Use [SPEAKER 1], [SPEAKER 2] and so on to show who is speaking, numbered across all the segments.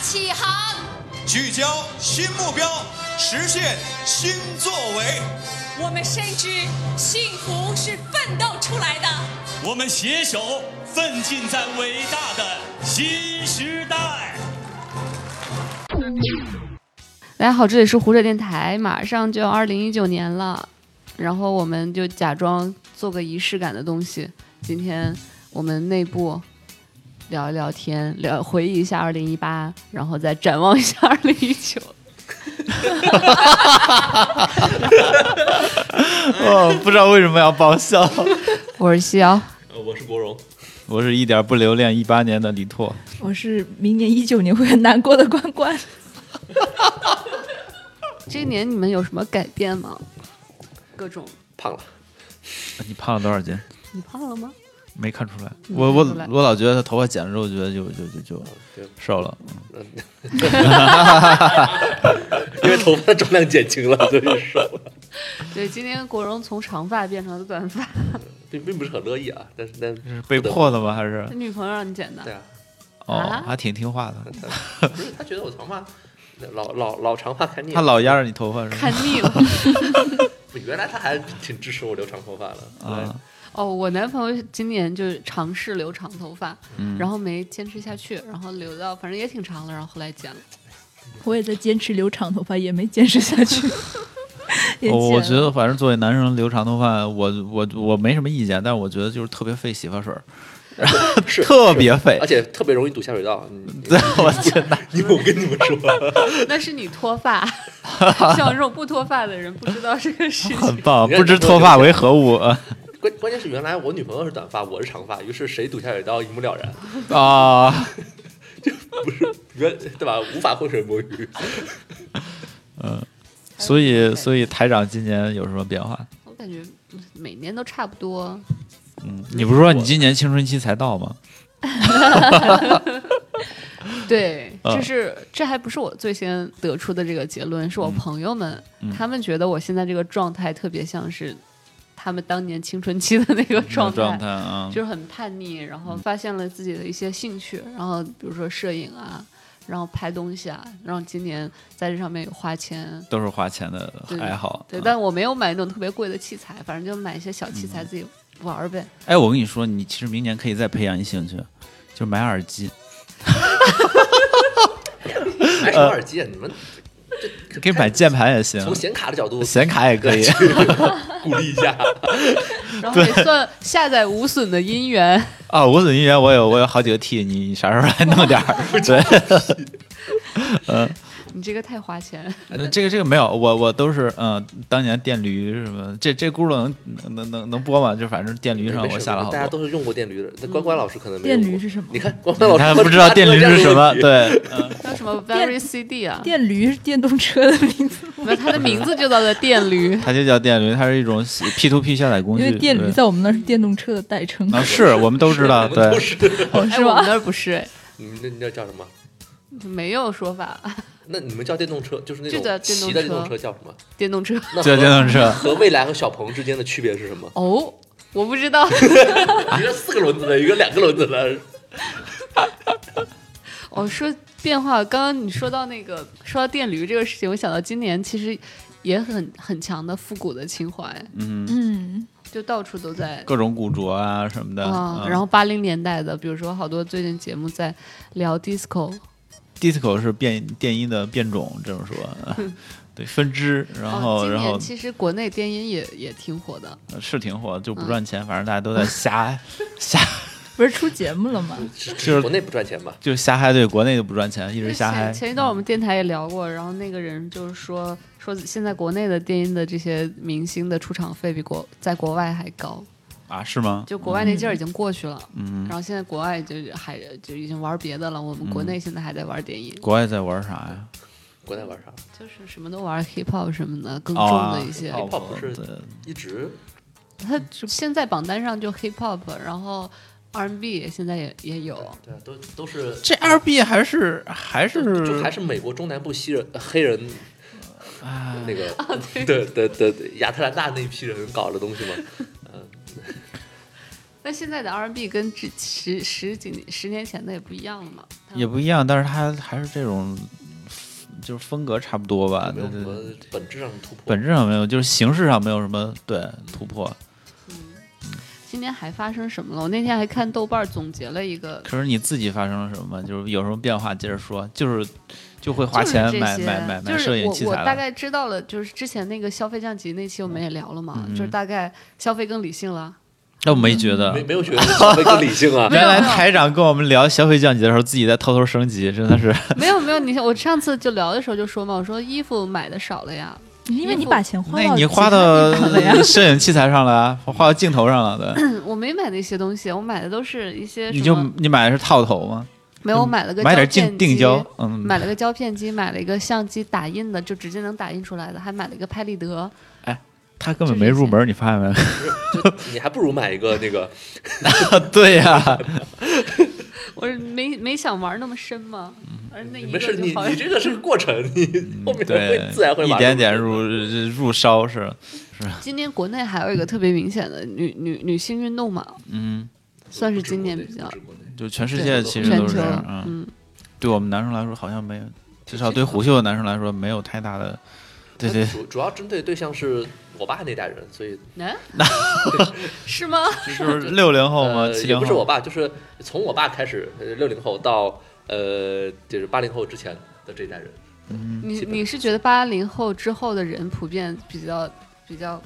[SPEAKER 1] 起航，
[SPEAKER 2] 聚焦新目标，实现新作为。
[SPEAKER 1] 我们深知幸福是奋斗出来的，
[SPEAKER 3] 我们携手奋进在伟大的新时代。
[SPEAKER 4] 大家好，这里是湖水电台，马上就要二零一九年了，然后我们就假装做个仪式感的东西。今天我们内部聊一聊天，聊回忆一下二零一八，然后再展望一下 二零一九。
[SPEAKER 5] 哦，不知道为什么要爆 笑。
[SPEAKER 4] 我是西瑶，
[SPEAKER 6] 呃，我是国荣，
[SPEAKER 5] 我是一点不留恋一八年的李拓，
[SPEAKER 7] 我是明年一九年会很难过的关关。
[SPEAKER 4] 这一年你们有什么改变吗？各种，
[SPEAKER 6] 胖了。
[SPEAKER 5] 你胖了多少斤？
[SPEAKER 4] 你胖了吗？
[SPEAKER 5] 没看出来，
[SPEAKER 4] 嗯
[SPEAKER 5] 我
[SPEAKER 4] 看出来
[SPEAKER 5] 我我老觉得他头发剪了之后，觉得就就就就
[SPEAKER 6] 对
[SPEAKER 5] 瘦了。
[SPEAKER 6] 因为头发的重量减轻了，所以瘦了，
[SPEAKER 4] 对，今天国荣从长发变成了短发，
[SPEAKER 6] 并并不是很乐意啊，但是但
[SPEAKER 5] 是被迫的吗？还是
[SPEAKER 4] 他女朋友让你剪的
[SPEAKER 6] 对。啊，
[SPEAKER 5] 哦
[SPEAKER 4] 啊，
[SPEAKER 5] 还挺听话的。
[SPEAKER 6] 不是他觉得我长发老老老长发看腻了，
[SPEAKER 5] 他老压着你头发是吧？
[SPEAKER 4] 看腻了。
[SPEAKER 6] 原来他还挺支持我留长头发的，后来
[SPEAKER 5] 啊，
[SPEAKER 4] 哦，我男朋友今年就尝试留长头发，然后没坚持下去，然后留到反正也挺长了，然后后来剪了。
[SPEAKER 7] 我也在坚持留长头发，也没坚持下去。 也
[SPEAKER 5] 我哦我
[SPEAKER 7] 剪
[SPEAKER 5] 觉
[SPEAKER 7] 了
[SPEAKER 5] 得反正作为男生留长头发，我我我没什么意见，但我觉得就是特别费洗发水儿，
[SPEAKER 6] 是
[SPEAKER 5] 特别费
[SPEAKER 6] 而。且特别容易堵下水道。 你
[SPEAKER 5] 对，我天哪！
[SPEAKER 6] 你我跟你们说，
[SPEAKER 4] 那是你脱发， 像我这种不脱发的人不知道这个事情。
[SPEAKER 5] 很棒，
[SPEAKER 6] 你看
[SPEAKER 5] 不知脱发为何物啊！
[SPEAKER 6] 关关键是原来我女朋友是短发，我是长发，于是谁堵下水道一目了然，
[SPEAKER 5] 啊，
[SPEAKER 6] 原对吧？无法浑水摸鱼。
[SPEAKER 5] 所以所以台长今年有什么变化？
[SPEAKER 4] 我感觉每年都差不多。
[SPEAKER 5] 嗯，你不是说你今年青春期才到吗？
[SPEAKER 4] 对，
[SPEAKER 5] 啊
[SPEAKER 4] 就是这还不是我最先得出的这个结论，是我朋友们，
[SPEAKER 5] 嗯
[SPEAKER 4] 他们觉得我现在这个状态特别像是他们当年青春期的那个状态。
[SPEAKER 5] 状态啊，
[SPEAKER 4] 就是很叛逆，然后发现了自己的一些兴趣，然后比如说摄影啊，然后拍东西啊，然后今年在这上面有花钱。
[SPEAKER 5] 都是花钱的
[SPEAKER 4] 对
[SPEAKER 5] 爱好。
[SPEAKER 4] 对，
[SPEAKER 5] 嗯
[SPEAKER 4] 但我没有买那种特别贵的器材，反正就买一些小器材自己玩儿呗。
[SPEAKER 5] 哎，我跟你说，你其实明年可以再培养一兴趣，就买耳机，
[SPEAKER 6] 还什么耳机啊？你们
[SPEAKER 5] 可呃以买键盘也行，
[SPEAKER 6] 从显卡的角度
[SPEAKER 5] 显卡也可以。
[SPEAKER 6] 鼓励一下，
[SPEAKER 4] 然后也算下载无损的音源，
[SPEAKER 5] 啊，无损音源我有，我有好几个 T，你你啥时候来弄点儿？对，
[SPEAKER 4] 你这个太花钱。
[SPEAKER 5] 呃这个这个没有，我我都是嗯、呃当年电驴什么，这这轱辘能能能能播吗？就反正电驴上
[SPEAKER 6] 没事
[SPEAKER 5] 我下了好
[SPEAKER 6] 大家
[SPEAKER 5] 多。
[SPEAKER 6] 都是用过电驴的，那关关老师可能没
[SPEAKER 7] 电
[SPEAKER 6] 用
[SPEAKER 7] 驴
[SPEAKER 6] 过
[SPEAKER 7] 是什么
[SPEAKER 6] 你看关关老师
[SPEAKER 5] 他
[SPEAKER 6] 他
[SPEAKER 5] 不知 道
[SPEAKER 6] 他
[SPEAKER 5] 电驴
[SPEAKER 6] 这样
[SPEAKER 5] 是
[SPEAKER 6] 的
[SPEAKER 5] 什么，
[SPEAKER 6] 问题
[SPEAKER 5] 对，嗯
[SPEAKER 4] 叫什么 Very CD 啊？
[SPEAKER 7] 电驴是电动车的名字，
[SPEAKER 4] 没有，它的名字就叫做电 驴。
[SPEAKER 5] 它就叫电驴，它是一种 P to P 下载工
[SPEAKER 7] 因
[SPEAKER 5] 具。
[SPEAKER 7] 为电驴
[SPEAKER 5] 对
[SPEAKER 7] 在我们那儿是电动车的代称，
[SPEAKER 5] 啊，是我们都知 道，
[SPEAKER 6] 我
[SPEAKER 5] 对
[SPEAKER 6] 们都，是。
[SPEAKER 7] 哦
[SPEAKER 4] 哎，
[SPEAKER 7] 是
[SPEAKER 4] 我们
[SPEAKER 7] 吧？
[SPEAKER 4] 那儿不是，哎
[SPEAKER 6] 你们那那叫什么？
[SPEAKER 4] 没有说法。
[SPEAKER 6] 那你们叫电动车，就是那
[SPEAKER 4] 就叫
[SPEAKER 6] 种
[SPEAKER 4] 电动车
[SPEAKER 6] 骑的电动车叫什么？
[SPEAKER 4] 电动车
[SPEAKER 6] 那
[SPEAKER 5] 就
[SPEAKER 6] 和
[SPEAKER 5] 电动车。
[SPEAKER 6] 和蔚来和小鹏之间的区别是什么？
[SPEAKER 4] 哦，我不知道。
[SPEAKER 5] 啊
[SPEAKER 6] 一个四个轮子的，一个两个轮子的，
[SPEAKER 4] 我哦说变化，刚刚你说到那个说到电驴这个事情，我想到今年其实也很很强的复古的情怀，
[SPEAKER 5] 嗯，
[SPEAKER 7] 嗯，
[SPEAKER 4] 就到处都在。
[SPEAKER 5] 各种古着啊什么的。
[SPEAKER 4] 啊，
[SPEAKER 5] 嗯
[SPEAKER 4] 然后八零年代的，比如说好多最近节目在聊 disco，
[SPEAKER 5] disco 是变电音的变种，这么说， 嗯对分支，然后、
[SPEAKER 4] 哦、今
[SPEAKER 5] 然后
[SPEAKER 4] 年其实国内电音也也挺火的，
[SPEAKER 5] 是挺火，就不赚
[SPEAKER 4] 嗯
[SPEAKER 5] 钱，反正大家都在瞎 瞎，
[SPEAKER 7] 不是出节目了吗？
[SPEAKER 6] 只
[SPEAKER 5] 就
[SPEAKER 6] 只
[SPEAKER 5] 是
[SPEAKER 6] 国内不赚钱吧？
[SPEAKER 5] 就瞎嗨，对，国内就不赚钱，一直
[SPEAKER 4] 对
[SPEAKER 5] 瞎嗨嗯
[SPEAKER 4] 前。前一段我们电台也聊过，然后那个人就是说说现在国内的电音的这些明星的出场费比国在国外还高，
[SPEAKER 5] 啊，是吗？
[SPEAKER 4] 就国外那劲儿已经过去了，
[SPEAKER 5] 嗯
[SPEAKER 4] 然，后现在国外就还就已经玩别的了，我们
[SPEAKER 5] 嗯
[SPEAKER 4] 国内现在还在玩电音，
[SPEAKER 5] 国外在玩啥呀？
[SPEAKER 6] 国内玩啥？
[SPEAKER 4] 就是什么都玩 hip hop 什么的，更重
[SPEAKER 5] 哦啊
[SPEAKER 4] 的一些。
[SPEAKER 5] 哦
[SPEAKER 6] Hip-hop 不是
[SPEAKER 5] 对
[SPEAKER 6] 一直
[SPEAKER 4] 它现在榜单上就 hip hop，然后 R&B 现在也也有。
[SPEAKER 6] 对啊，都都是
[SPEAKER 5] 这二 B 还是还
[SPEAKER 6] 就就是还是美国中南部西人呃黑人
[SPEAKER 5] 啊
[SPEAKER 6] 那个 的的的的亚特兰大那一批人搞的东西嘛。
[SPEAKER 4] 那现在的 R&B 跟之十十几年十年前的也不一样了嘛？它
[SPEAKER 5] 也不一样，但是它还是这种，就是风格差不多吧，
[SPEAKER 6] 没
[SPEAKER 5] 啊对
[SPEAKER 6] 有
[SPEAKER 5] 对
[SPEAKER 6] 什
[SPEAKER 5] 对
[SPEAKER 6] 么本质上的突破。
[SPEAKER 5] 本质上没有，就是形式上没有什么对突破。
[SPEAKER 4] 今年还发生什么了？我那天还看豆瓣儿总结了一个，
[SPEAKER 5] 可是你自己发生了什么？就是有什么变化？接着说，就是就会花
[SPEAKER 4] 就是
[SPEAKER 5] 钱
[SPEAKER 4] 这
[SPEAKER 5] 买
[SPEAKER 4] 些
[SPEAKER 5] 买买买
[SPEAKER 4] 就是
[SPEAKER 5] 摄影
[SPEAKER 4] 我
[SPEAKER 5] 器
[SPEAKER 4] 我
[SPEAKER 5] 材
[SPEAKER 4] 大
[SPEAKER 5] 了。
[SPEAKER 4] 概知道了，就是之前那个消费降级那期我们也聊了嘛，
[SPEAKER 5] 嗯
[SPEAKER 4] 就是大概消费更理性了。
[SPEAKER 5] 那我没觉得
[SPEAKER 6] 没，没有觉得消费更理性 啊
[SPEAKER 4] 没，有
[SPEAKER 5] 原来
[SPEAKER 4] 没有
[SPEAKER 5] 台长跟我们聊消费降级的时候，自己在偷偷升级，真的是。
[SPEAKER 4] 没有没有，你我上次就聊的时候就说嘛，我说衣服买的少了呀，
[SPEAKER 7] 因为你把钱花
[SPEAKER 5] 那
[SPEAKER 7] 到
[SPEAKER 5] 你花到，
[SPEAKER 7] 到了呀
[SPEAKER 5] 摄影器材上了啊，花到镜头上了 的。
[SPEAKER 4] 嗯我没买那些东西，我买的都是一些什么
[SPEAKER 5] 你就你买的是套头吗？
[SPEAKER 4] 没有我买了个
[SPEAKER 5] 买点
[SPEAKER 4] 胶片
[SPEAKER 5] 定定
[SPEAKER 4] 机
[SPEAKER 5] 焦，嗯，
[SPEAKER 4] 买了个胶片机，买了一个相机打印的，就直接能打印出来的，还买了一个拍立得，
[SPEAKER 5] 他根本没入门，你发现没有？
[SPEAKER 6] 就你还不如买一个那个，
[SPEAKER 5] 对 呀、
[SPEAKER 4] 我是没没想玩那么深嘛，
[SPEAKER 5] 嗯
[SPEAKER 4] 而那一
[SPEAKER 6] 没
[SPEAKER 4] 个
[SPEAKER 6] 事，你
[SPEAKER 4] 就好
[SPEAKER 6] 你这个是个过程，你后面
[SPEAKER 5] 对
[SPEAKER 6] 会，自然会
[SPEAKER 5] 一
[SPEAKER 6] 把
[SPEAKER 5] 点点入入烧是，
[SPEAKER 4] 今年国内还有一个特别明显的女女女性运动嘛，
[SPEAKER 5] 嗯，
[SPEAKER 4] 算是今年比较
[SPEAKER 5] 就全世界其实
[SPEAKER 4] 全
[SPEAKER 5] 都是
[SPEAKER 4] 球
[SPEAKER 5] 这样，，嗯，
[SPEAKER 4] 嗯，
[SPEAKER 5] 对我们男生来说好像没有，至少对虎嗅的男生来说没有太大的，对对，
[SPEAKER 6] 主主要针对对象是我爸那代人，所以
[SPEAKER 4] 哎 是吗？
[SPEAKER 5] 就是六零后吗？
[SPEAKER 6] 呃
[SPEAKER 5] 哦七
[SPEAKER 6] 也
[SPEAKER 5] 零
[SPEAKER 6] 不是我
[SPEAKER 5] 后？
[SPEAKER 6] 爸，就是从我爸开始，六零后到呃就是八零后之前的这一代人，
[SPEAKER 4] 你
[SPEAKER 6] 基本
[SPEAKER 4] 你是觉得八零后之后的人普遍比较比较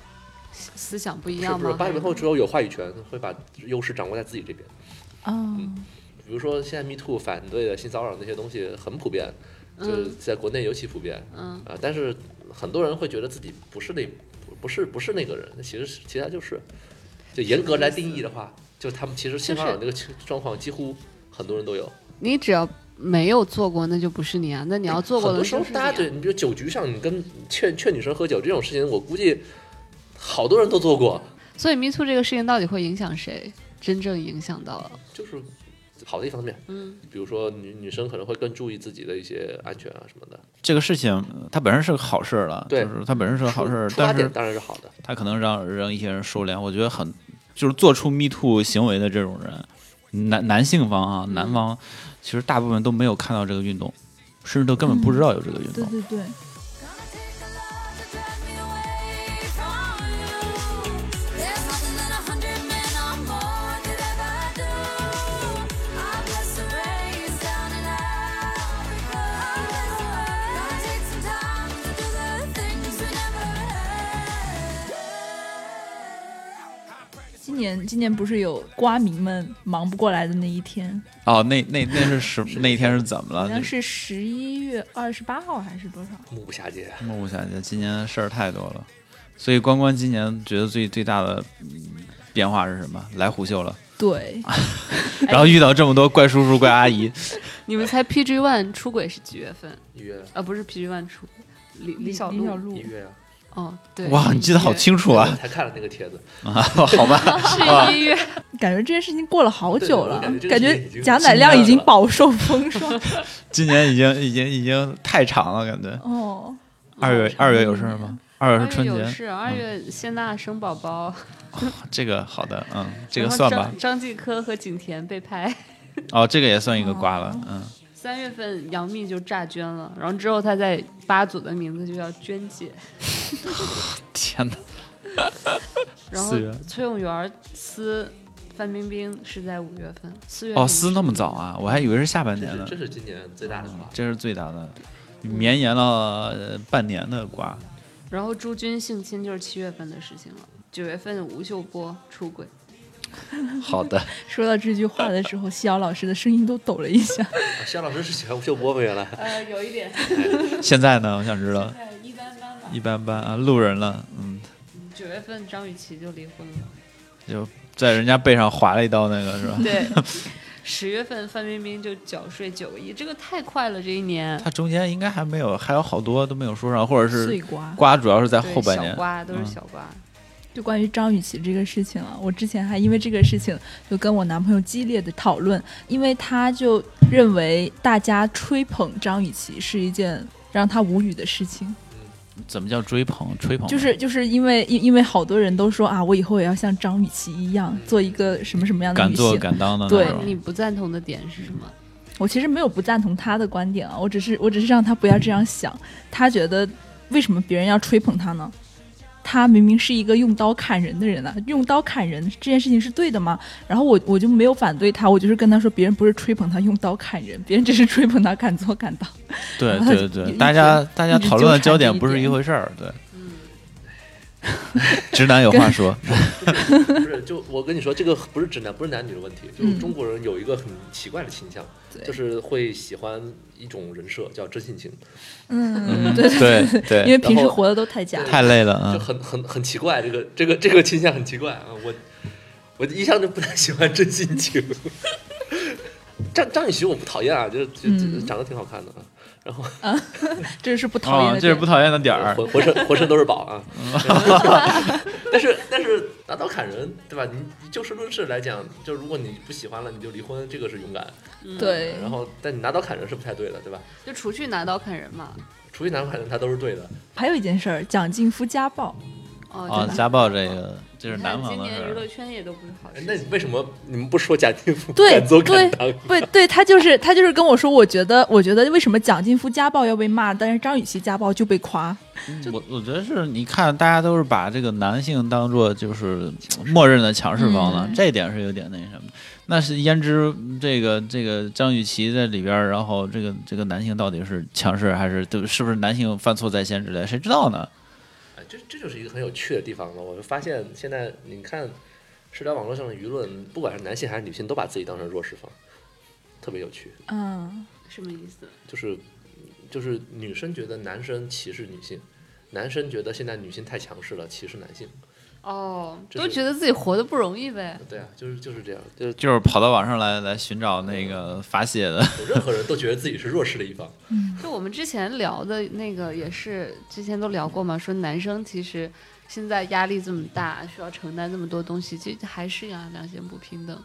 [SPEAKER 4] 思思想不一
[SPEAKER 6] 是
[SPEAKER 4] 样
[SPEAKER 6] 不
[SPEAKER 4] 吗
[SPEAKER 6] 是？？八零后之后有话语权，会把优势掌握在自己这边。
[SPEAKER 7] 哦，
[SPEAKER 6] 比如说现在 Me Too 反对的性骚扰那些东西很普遍，就是在国内尤其普遍
[SPEAKER 4] 嗯
[SPEAKER 6] 啊、但是很多人会觉得自己不是那不不是不是那个人，其实是其实他就是，就严格来定义的话，就他们其实性骚扰这个情状况几乎很多人都有。
[SPEAKER 4] 你只要没有做过，那就不是你啊。那你要做过
[SPEAKER 6] 很
[SPEAKER 4] 的
[SPEAKER 6] 多时候
[SPEAKER 4] 就是你
[SPEAKER 6] 大
[SPEAKER 4] 啊
[SPEAKER 6] 家对你比如酒局上，你跟劝劝女生喝酒这种事情，我估计好多人都做过，
[SPEAKER 4] 所以 Me Too 这个事情到底会影响谁？真正影响到，
[SPEAKER 6] 就是好的一方面，
[SPEAKER 4] 嗯，
[SPEAKER 6] 比如说女女生可能会更注意自己的一些安全啊什么的。
[SPEAKER 5] 这个事情呃它本身是个好事儿了，
[SPEAKER 6] 对
[SPEAKER 5] 就是它本身是个好事儿
[SPEAKER 6] 出，出发
[SPEAKER 5] 但
[SPEAKER 6] 点
[SPEAKER 5] 是
[SPEAKER 6] 当然是好的，
[SPEAKER 5] 它可能让让一些人收敛。我觉得很就是做出 Me Too 行为的这种人，男男性方啊，
[SPEAKER 6] 嗯
[SPEAKER 5] 男方其实大部分都没有看到这个运动，甚至都根本不知道有这个运
[SPEAKER 7] 嗯对
[SPEAKER 5] 动。
[SPEAKER 7] 对对，今年今年不是有瓜迷们忙不过来的那一天，
[SPEAKER 5] 哦，那那那是什那一天是怎么了
[SPEAKER 7] 好？像是十一月二十八号还是多少？
[SPEAKER 6] 目不暇接。啊
[SPEAKER 5] 目不暇接，今年事儿太多了，所以关关今年觉得最最大的、嗯变化是什么？来虎嗅了，
[SPEAKER 7] 对，
[SPEAKER 4] 哎
[SPEAKER 5] 然后遇到这么多怪叔叔、怪阿姨，
[SPEAKER 4] 你们猜 PG One 出轨是几月份？
[SPEAKER 6] 一月
[SPEAKER 4] 啊，不是 PG One 出李李
[SPEAKER 7] 李
[SPEAKER 4] 小
[SPEAKER 7] 李小
[SPEAKER 4] 璐。
[SPEAKER 7] 璐
[SPEAKER 6] 一月啊，
[SPEAKER 4] 哦，对，
[SPEAKER 5] 哇，你记得好清楚
[SPEAKER 6] 我
[SPEAKER 5] 啊！
[SPEAKER 6] 才看了那个帖子，
[SPEAKER 5] 啊，好吧，
[SPEAKER 4] 是一月。
[SPEAKER 7] 感觉这件事情过了好久了，
[SPEAKER 6] 对
[SPEAKER 7] 感
[SPEAKER 6] 感觉这
[SPEAKER 7] 觉
[SPEAKER 6] 个事情已经
[SPEAKER 7] 贾乃亮已经饱受风霜。
[SPEAKER 5] 今年已经已经已经太长了，感觉。
[SPEAKER 7] 哦，
[SPEAKER 5] 二月二月有事儿吗？二月
[SPEAKER 4] 二
[SPEAKER 5] 是春
[SPEAKER 4] 月有
[SPEAKER 5] 节，嗯
[SPEAKER 4] 事，二月谢娜生宝宝，
[SPEAKER 5] 这个好的，嗯，这个
[SPEAKER 4] 然后
[SPEAKER 5] 算吧
[SPEAKER 4] 张。张继科和景甜被拍，
[SPEAKER 5] 哦，这个也算一个瓜了，
[SPEAKER 4] 哦
[SPEAKER 5] 嗯。
[SPEAKER 4] 三月份杨幂就诈捐了，然后之后她在八组的名字就叫娟姐，
[SPEAKER 5] 天哪，
[SPEAKER 4] 然后
[SPEAKER 5] 四月
[SPEAKER 4] 崔永元撕范冰冰是在五月份，四月
[SPEAKER 5] 哦，
[SPEAKER 4] 份
[SPEAKER 5] 撕那么早啊？我还以为是下半
[SPEAKER 6] 这
[SPEAKER 5] 年嗯
[SPEAKER 6] 是
[SPEAKER 5] 呢
[SPEAKER 6] 这。是今年最大的吧？
[SPEAKER 5] 这是最大的，绵延了呃半年的瓜。
[SPEAKER 4] 然后朱军性侵就是七月份的事情了，九月份吴秀波出轨，
[SPEAKER 5] 好的，
[SPEAKER 7] 说到这句话的时候，西瑶老师的声音都抖了一下。
[SPEAKER 6] 啊肖老师是喜欢吴秀波吗？原来
[SPEAKER 4] 呃，有一点
[SPEAKER 5] 现在呢？我想知道，
[SPEAKER 4] 呃一般般吧。
[SPEAKER 5] 一般般啊，路人了，嗯，
[SPEAKER 4] 九月份张雨绮就离婚了，
[SPEAKER 5] 就在人家背上划了一刀，那个是吧？
[SPEAKER 4] 对。 十月份范冰冰就缴税九个亿，这个太快了，这一年。
[SPEAKER 5] 他中间应该还没有，还有好多都没有说上，或者
[SPEAKER 7] 碎
[SPEAKER 5] 是
[SPEAKER 7] 瓜，
[SPEAKER 5] 瓜主要是在后
[SPEAKER 4] 对
[SPEAKER 5] 半年
[SPEAKER 4] 小。瓜都是
[SPEAKER 5] 嗯
[SPEAKER 4] 小瓜，
[SPEAKER 7] 就关于张雨绮这个事情啊，我之前还因为这个事情就跟我男朋友激烈的讨论，因为他就认为大家吹捧张雨绮是一件让他无语的事情。
[SPEAKER 5] 怎么叫追捧？ 吹捧
[SPEAKER 7] 就是就是因为因因为好多人都说啊，我以后也要像张雨绮一样做一个什么什么样的
[SPEAKER 5] 敢
[SPEAKER 7] 女
[SPEAKER 5] 做
[SPEAKER 7] 性。
[SPEAKER 5] 敢当的那
[SPEAKER 7] 对
[SPEAKER 4] 那你
[SPEAKER 5] 种。
[SPEAKER 4] 不赞同的点是什么？
[SPEAKER 7] 我其实没有不赞同他的观点啊，我只是我只是让他不要这样想。他觉得为什么别人要吹捧他呢？他明明是一个用刀砍人的人啊，用刀砍人这件事情是对的吗？然后我我就没有反对他，我就是跟他说，别人不是吹捧他用刀砍人，别人只是吹捧他敢做敢当。
[SPEAKER 5] 对
[SPEAKER 7] 然后
[SPEAKER 5] 对
[SPEAKER 7] 就
[SPEAKER 5] 对，
[SPEAKER 7] 一
[SPEAKER 5] 大
[SPEAKER 7] 直
[SPEAKER 5] 家大家
[SPEAKER 7] 一直
[SPEAKER 5] 讨论的
[SPEAKER 7] 纠缠
[SPEAKER 5] 焦
[SPEAKER 7] 这嗯
[SPEAKER 5] 点
[SPEAKER 7] 一
[SPEAKER 5] 不是一
[SPEAKER 7] 点
[SPEAKER 5] 回事儿。对，直男有话说，
[SPEAKER 6] 不是，就我跟你说，这个不是直男，不是男女的问题，就是
[SPEAKER 7] 嗯
[SPEAKER 6] 中国人有一个很奇怪的倾向，
[SPEAKER 7] 对
[SPEAKER 6] 就是会喜欢一种人设叫真性情，
[SPEAKER 7] 嗯
[SPEAKER 5] 嗯，
[SPEAKER 7] 对
[SPEAKER 5] 对对，
[SPEAKER 7] 因为平时
[SPEAKER 6] 然后
[SPEAKER 7] 活的都太假了。
[SPEAKER 5] 太累了啊
[SPEAKER 6] 就。很很很奇怪，这个这个这个倾向很奇怪啊！我我一向就不太喜欢真性情。 张张雨绮我不讨厌啊，就是就就
[SPEAKER 7] 嗯
[SPEAKER 6] 长得挺好看的啊，然后
[SPEAKER 7] 这是不讨厌
[SPEAKER 5] 啊，
[SPEAKER 7] 的
[SPEAKER 5] 这是
[SPEAKER 7] 点，嗯
[SPEAKER 5] 不讨厌的点儿。
[SPEAKER 6] 浑浑身浑身都是宝啊。 但是但是拿刀砍人，对吧？你你就事论事来讲，就如果你不喜欢了，你就离婚，这个是勇敢。
[SPEAKER 7] 对，
[SPEAKER 6] 然后但你拿刀砍人是不太对的，对吧？
[SPEAKER 4] 就除去拿刀砍人嘛。
[SPEAKER 7] 嗯
[SPEAKER 6] 除非拿刀砍人，他都是对的。
[SPEAKER 7] 还有一件事儿，蒋劲夫家暴，
[SPEAKER 4] 哦，
[SPEAKER 5] 啊，
[SPEAKER 4] 真的
[SPEAKER 5] 家暴这个这是
[SPEAKER 4] 你
[SPEAKER 5] 南
[SPEAKER 4] 看
[SPEAKER 5] 方
[SPEAKER 4] 今
[SPEAKER 5] 的
[SPEAKER 4] 年娱
[SPEAKER 5] 事
[SPEAKER 4] 乐圈也都不是好
[SPEAKER 6] 哎
[SPEAKER 4] 事
[SPEAKER 6] 那你
[SPEAKER 4] 情。
[SPEAKER 6] 为什么你们不说贾静夫
[SPEAKER 7] 对
[SPEAKER 6] 敢做敢
[SPEAKER 7] 对
[SPEAKER 6] 当？
[SPEAKER 7] 不对，他就是他就是跟我说，我觉得我觉得为什么蒋劲夫家暴要被骂，但是张雨绮家暴就被夸，
[SPEAKER 5] 儿。我我觉得是，你看大家都是把这个男性当做就是默认的强势方了
[SPEAKER 7] 嗯，
[SPEAKER 5] 这一点是有点那什么。那是胭脂这个这个张雨绮在里边儿，然后这个这个男性到底是强势还是就是不是男性犯错在先之类，谁知道呢？
[SPEAKER 6] 哎，这这就是一个很有趣的地方了。我就发现现在你看，社交网络上的舆论，不管是男性还是女性，都把自己当成弱势方，特别有趣。
[SPEAKER 7] 嗯，
[SPEAKER 4] 什么意思？
[SPEAKER 6] 就是就是女生觉得男生歧视女性，男生觉得现在女性太强势了，歧视男性。
[SPEAKER 4] 哦，
[SPEAKER 6] 这
[SPEAKER 4] 都
[SPEAKER 6] 是
[SPEAKER 4] 觉得自己活得不容易呗。
[SPEAKER 7] 嗯
[SPEAKER 6] 对啊，就是就是这样，就是
[SPEAKER 5] 就是跑到网上来来寻找那个发泄的，
[SPEAKER 6] 有任何人都觉得自己是弱势的一方。
[SPEAKER 4] 就我们之前聊的那个也是，之前都聊过嘛，说男生其实现在压力这么大，需要承担这么多东西，其实还是呀两性不平等。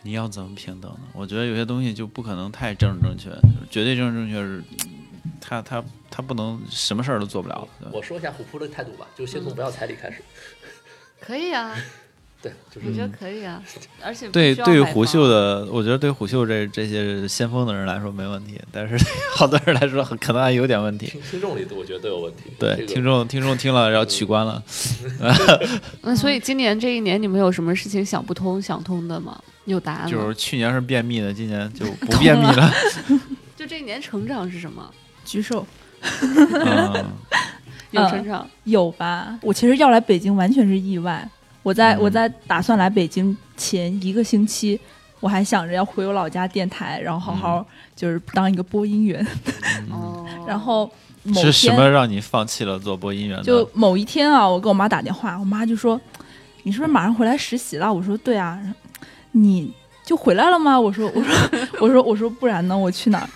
[SPEAKER 5] 你要怎么平等呢？我觉得有些东西就不可能太政治正确，就是绝对政治正确是，嗯他他他不能什么事儿都做不了。对吧
[SPEAKER 6] 我说一下虎扑的态度吧，就
[SPEAKER 7] 嗯
[SPEAKER 6] 先从不要彩礼开始。
[SPEAKER 4] 可以啊，
[SPEAKER 6] 对，就
[SPEAKER 7] 嗯
[SPEAKER 6] 是
[SPEAKER 4] 我觉得可以啊，而且不
[SPEAKER 5] 对，
[SPEAKER 4] 需要
[SPEAKER 5] 对于
[SPEAKER 4] 买
[SPEAKER 5] 虎
[SPEAKER 4] 房
[SPEAKER 5] 嗅的，我觉得对虎嗅这这些先锋的人来说没问题，但是 好多人来说很可能还有点问题。
[SPEAKER 6] 听听众里头，我觉得都有问题。
[SPEAKER 5] 对，
[SPEAKER 6] 这个
[SPEAKER 5] 听众听众听了然后取关了，
[SPEAKER 4] 那所以今年这一年，你们有什么事情想不通、想通的吗？有答
[SPEAKER 7] 嗯
[SPEAKER 4] 案
[SPEAKER 5] 就
[SPEAKER 4] 吗？
[SPEAKER 5] 是去年是便秘的，今年就不便秘 了。
[SPEAKER 4] 就这一年成长是什么？
[SPEAKER 7] 举手
[SPEAKER 5] 嗯，
[SPEAKER 4] 有
[SPEAKER 7] 嗯
[SPEAKER 4] 成长，
[SPEAKER 7] 有吧？我其实要来北京完全是意外，我在、
[SPEAKER 5] 嗯
[SPEAKER 7] 我在打算来北京前一个星期。我还想着要回我老家电台，然后好
[SPEAKER 5] 嗯
[SPEAKER 7] 好就是当一个播音员。
[SPEAKER 4] 哦，
[SPEAKER 7] 然后某
[SPEAKER 5] 是什
[SPEAKER 7] 天
[SPEAKER 5] 么让你放弃了做播音员的
[SPEAKER 7] 就？某一天啊，我给我妈打电话，我妈就说：“你是不是马上回来实习了？”我说：“对啊。”你就回来了吗？我说：“我说我说我说不然呢？我去哪儿？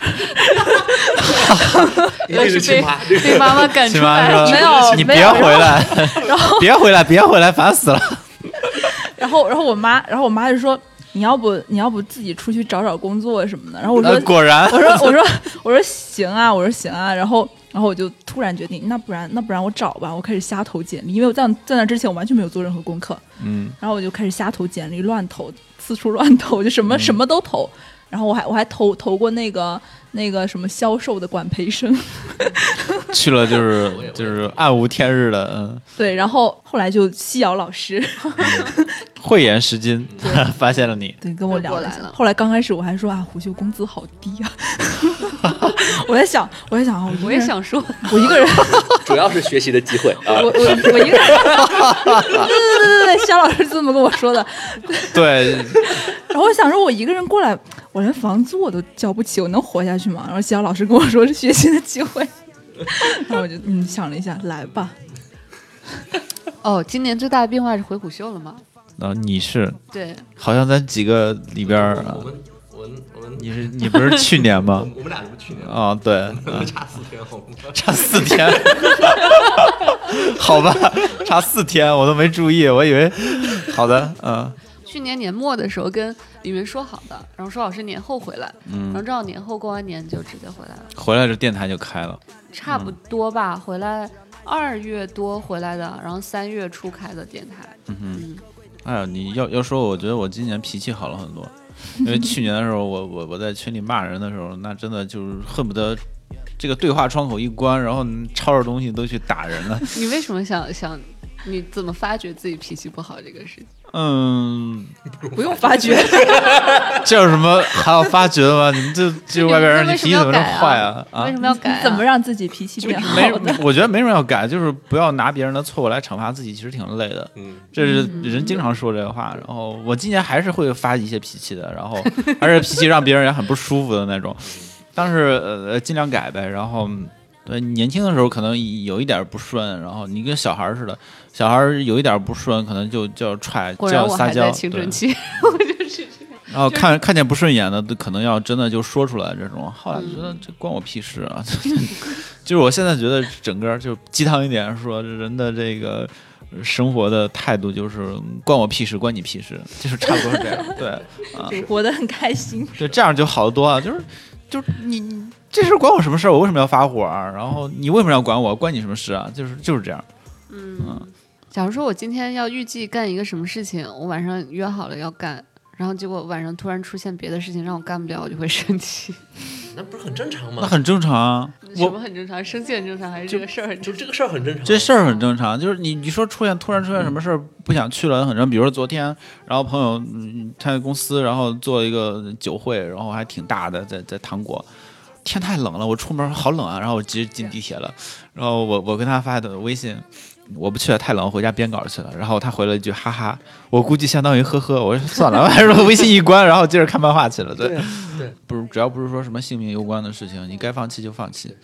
[SPEAKER 6] 又是亲妈，这个
[SPEAKER 4] 被妈妈赶出
[SPEAKER 5] 亲妈
[SPEAKER 4] 来了，
[SPEAKER 5] 说：“
[SPEAKER 7] 没有
[SPEAKER 5] 你
[SPEAKER 7] 没
[SPEAKER 5] 别
[SPEAKER 7] 有
[SPEAKER 5] 回来， 别回来，别回来，烦死了。”
[SPEAKER 7] 然后然后我妈，然后我妈就说：‘你要不你要不自己出去找找工作什么的？’然后我说
[SPEAKER 5] 呃，：‘果然
[SPEAKER 7] 我说我说我说行啊，我说行啊。’然后然后我就突然决定，那不然那不然我找吧。我开始瞎投简历，因为我在在那之前我完全没有做任何功课。
[SPEAKER 5] 嗯，
[SPEAKER 7] 然后我就开始瞎投简历，乱投，四处乱投，就什么、什么都投。然后我还我还投投过那个那个什么销售的管培生，
[SPEAKER 5] 去了就
[SPEAKER 6] 我也
[SPEAKER 5] 是就是暗无天日的，嗯，
[SPEAKER 7] 对，然后后来就西瑶老师
[SPEAKER 5] 慧眼识金， 发现了你。
[SPEAKER 7] 对跟我聊
[SPEAKER 4] 又
[SPEAKER 7] 了
[SPEAKER 4] 过
[SPEAKER 7] 一
[SPEAKER 4] 来
[SPEAKER 7] 下
[SPEAKER 4] 了
[SPEAKER 7] 后来刚开始我还说啊，胡秀工资好低啊， 我在想我在想啊，
[SPEAKER 4] 我也想说，
[SPEAKER 7] 我一个人
[SPEAKER 6] 主要是学习的机会啊
[SPEAKER 7] 我我。我一个人，对对对对对，肖老师这么跟我说的，
[SPEAKER 5] 对，
[SPEAKER 7] 然后我想说，我一个人过来，我连房租我都交不起，我能活下去吗？然后西瑶老师跟我说是学习的机会， 然后我就嗯想了一下，来吧。
[SPEAKER 4] 哦，今年最大的变化是回虎嗅了吗？
[SPEAKER 5] 啊，你是
[SPEAKER 4] 对，
[SPEAKER 5] 好像咱几个里边儿啊
[SPEAKER 6] 我，们我们我们
[SPEAKER 5] 你是你不是去年
[SPEAKER 6] 我
[SPEAKER 5] 吗
[SPEAKER 6] 们？我们俩是不是去年
[SPEAKER 5] 啊，对，啊
[SPEAKER 6] 差四天红了？
[SPEAKER 5] 差四天， 好吧，差四天，我都没注意，我以为好的，嗯
[SPEAKER 4] 去年年末的时候跟李云说好的，然后说老师年后回来，然后
[SPEAKER 5] 嗯，
[SPEAKER 4] 正好年后过完年就直接回来了，
[SPEAKER 5] 回来这电台就开了，
[SPEAKER 4] 差不多吧。回来二月多回来的，然后三月初开的电 台。
[SPEAKER 5] 嗯哼，哎呀，你要要说，我觉得我今年脾气好了很多，因为去年的时候，我我我在群里骂人的时候，那真的就是恨不得这个对话窗口一关，然后抄着东西都去打人了。
[SPEAKER 4] 你为什么想想？你怎么发觉自己脾气不好这个事情？
[SPEAKER 5] 嗯，
[SPEAKER 7] 不用发觉，
[SPEAKER 5] 这有什么还要发觉的吗？你们这这外边人，你
[SPEAKER 4] 为
[SPEAKER 5] 脾
[SPEAKER 4] 什
[SPEAKER 5] 气怎么
[SPEAKER 4] 么要
[SPEAKER 5] 这
[SPEAKER 4] 改
[SPEAKER 5] 么坏
[SPEAKER 4] 啊
[SPEAKER 5] 啊？？啊
[SPEAKER 4] 为什么要改、啊？
[SPEAKER 7] 怎么让自己脾气变好？
[SPEAKER 5] 没，我觉得没什么要改，就是不要拿别人的错误来惩罚自己，其实挺累的。
[SPEAKER 6] 嗯，
[SPEAKER 5] 这是人经常说这个话。然后我今年还是会发一些脾气的，然后而且脾气让别人也很不舒服的那种。但是呃，尽量改呗。然后对年轻的时候可能有一点不顺，然后你跟小孩似的，小孩有一点不顺，可能就就要踹，
[SPEAKER 4] 果
[SPEAKER 5] 就
[SPEAKER 4] 然
[SPEAKER 5] 要
[SPEAKER 4] 我
[SPEAKER 5] 撒
[SPEAKER 4] 还
[SPEAKER 5] 娇
[SPEAKER 4] 在。青
[SPEAKER 5] 对
[SPEAKER 4] 春期，我就是这样。
[SPEAKER 5] 然后哦看看见不顺眼的，都可能要真的就说出来这种。后来我觉
[SPEAKER 4] 嗯
[SPEAKER 5] 得这关我屁事啊！ 就是我现在觉得整个就鸡汤一点说，人的这个生活的态度就是关我屁事，关你屁事，就是差不多是这样。 对啊，
[SPEAKER 7] 就活得很开心。
[SPEAKER 5] 对，这样就好得多了。就是就是你你这事儿关我什么事儿？我为什么要发火、啊？然后你为什么要管我？关你什么事啊？就是就是这样。
[SPEAKER 4] 嗯
[SPEAKER 5] 嗯
[SPEAKER 4] 假如说我今天要预计干一个什么事情，我晚上约好了要干，然后结果晚上突然出现别的事情让我干不了，我就会生气。
[SPEAKER 6] 那不是很正常
[SPEAKER 5] 那
[SPEAKER 6] 吗？
[SPEAKER 5] 很正常啊。
[SPEAKER 4] 什么
[SPEAKER 5] 我
[SPEAKER 4] 很正常，生气很正常，还是这个事儿 很
[SPEAKER 6] 就
[SPEAKER 4] 正
[SPEAKER 6] 这个事儿很正常。啊
[SPEAKER 5] 这事儿很正常，就是你你说出现突然出现什么事儿不想去了，很正常。比如说昨天，然后朋友嗯他在公司，然后做了一个酒会，然后还挺大的，在在糖果。天太冷了，我出门好冷啊，然后我直接进地铁了，然后我我跟他发的微信，我不去了，太冷，我回家编稿去了。然后他回了一句哈哈，我估计相当于呵呵，我说算了， 还是微信一关，然后接着看漫画去了。对，
[SPEAKER 6] 对啊对，
[SPEAKER 5] 不是只要不是说什么性命攸关的事情，你该放弃就放弃。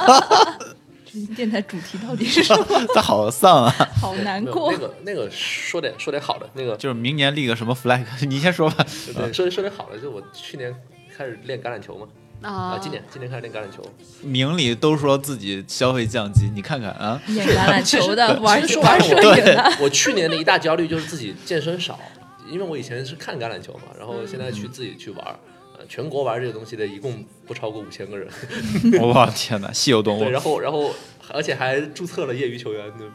[SPEAKER 7] 电台主题到底是什么？
[SPEAKER 5] 他好丧啊。
[SPEAKER 7] 好 难
[SPEAKER 6] 没有
[SPEAKER 7] 过
[SPEAKER 6] 那。个那个说点说点好的，那个
[SPEAKER 5] 就是明年立个什么 flag，你先说吧。
[SPEAKER 6] 对说说点好的，就我去年开始练橄榄球嘛，
[SPEAKER 4] 常
[SPEAKER 6] 啊，
[SPEAKER 4] 啊？
[SPEAKER 6] 今年今年开始练橄榄球，
[SPEAKER 5] 明里都说自己消费降级，你看看 啊，
[SPEAKER 7] 演 橄榄球的，玩
[SPEAKER 6] 其实
[SPEAKER 7] 玩摄影啊的，
[SPEAKER 6] 我去年的一大焦虑就是自己健身少，因为我以前是看橄榄球嘛，然后现在
[SPEAKER 7] 嗯
[SPEAKER 6] 去自己去玩儿，呃，全国玩这个东西的一共不超过五千个人，
[SPEAKER 5] 我天哪，稀有动
[SPEAKER 6] 对，
[SPEAKER 5] 物
[SPEAKER 6] 然后然后而且还注册了业余球员，对，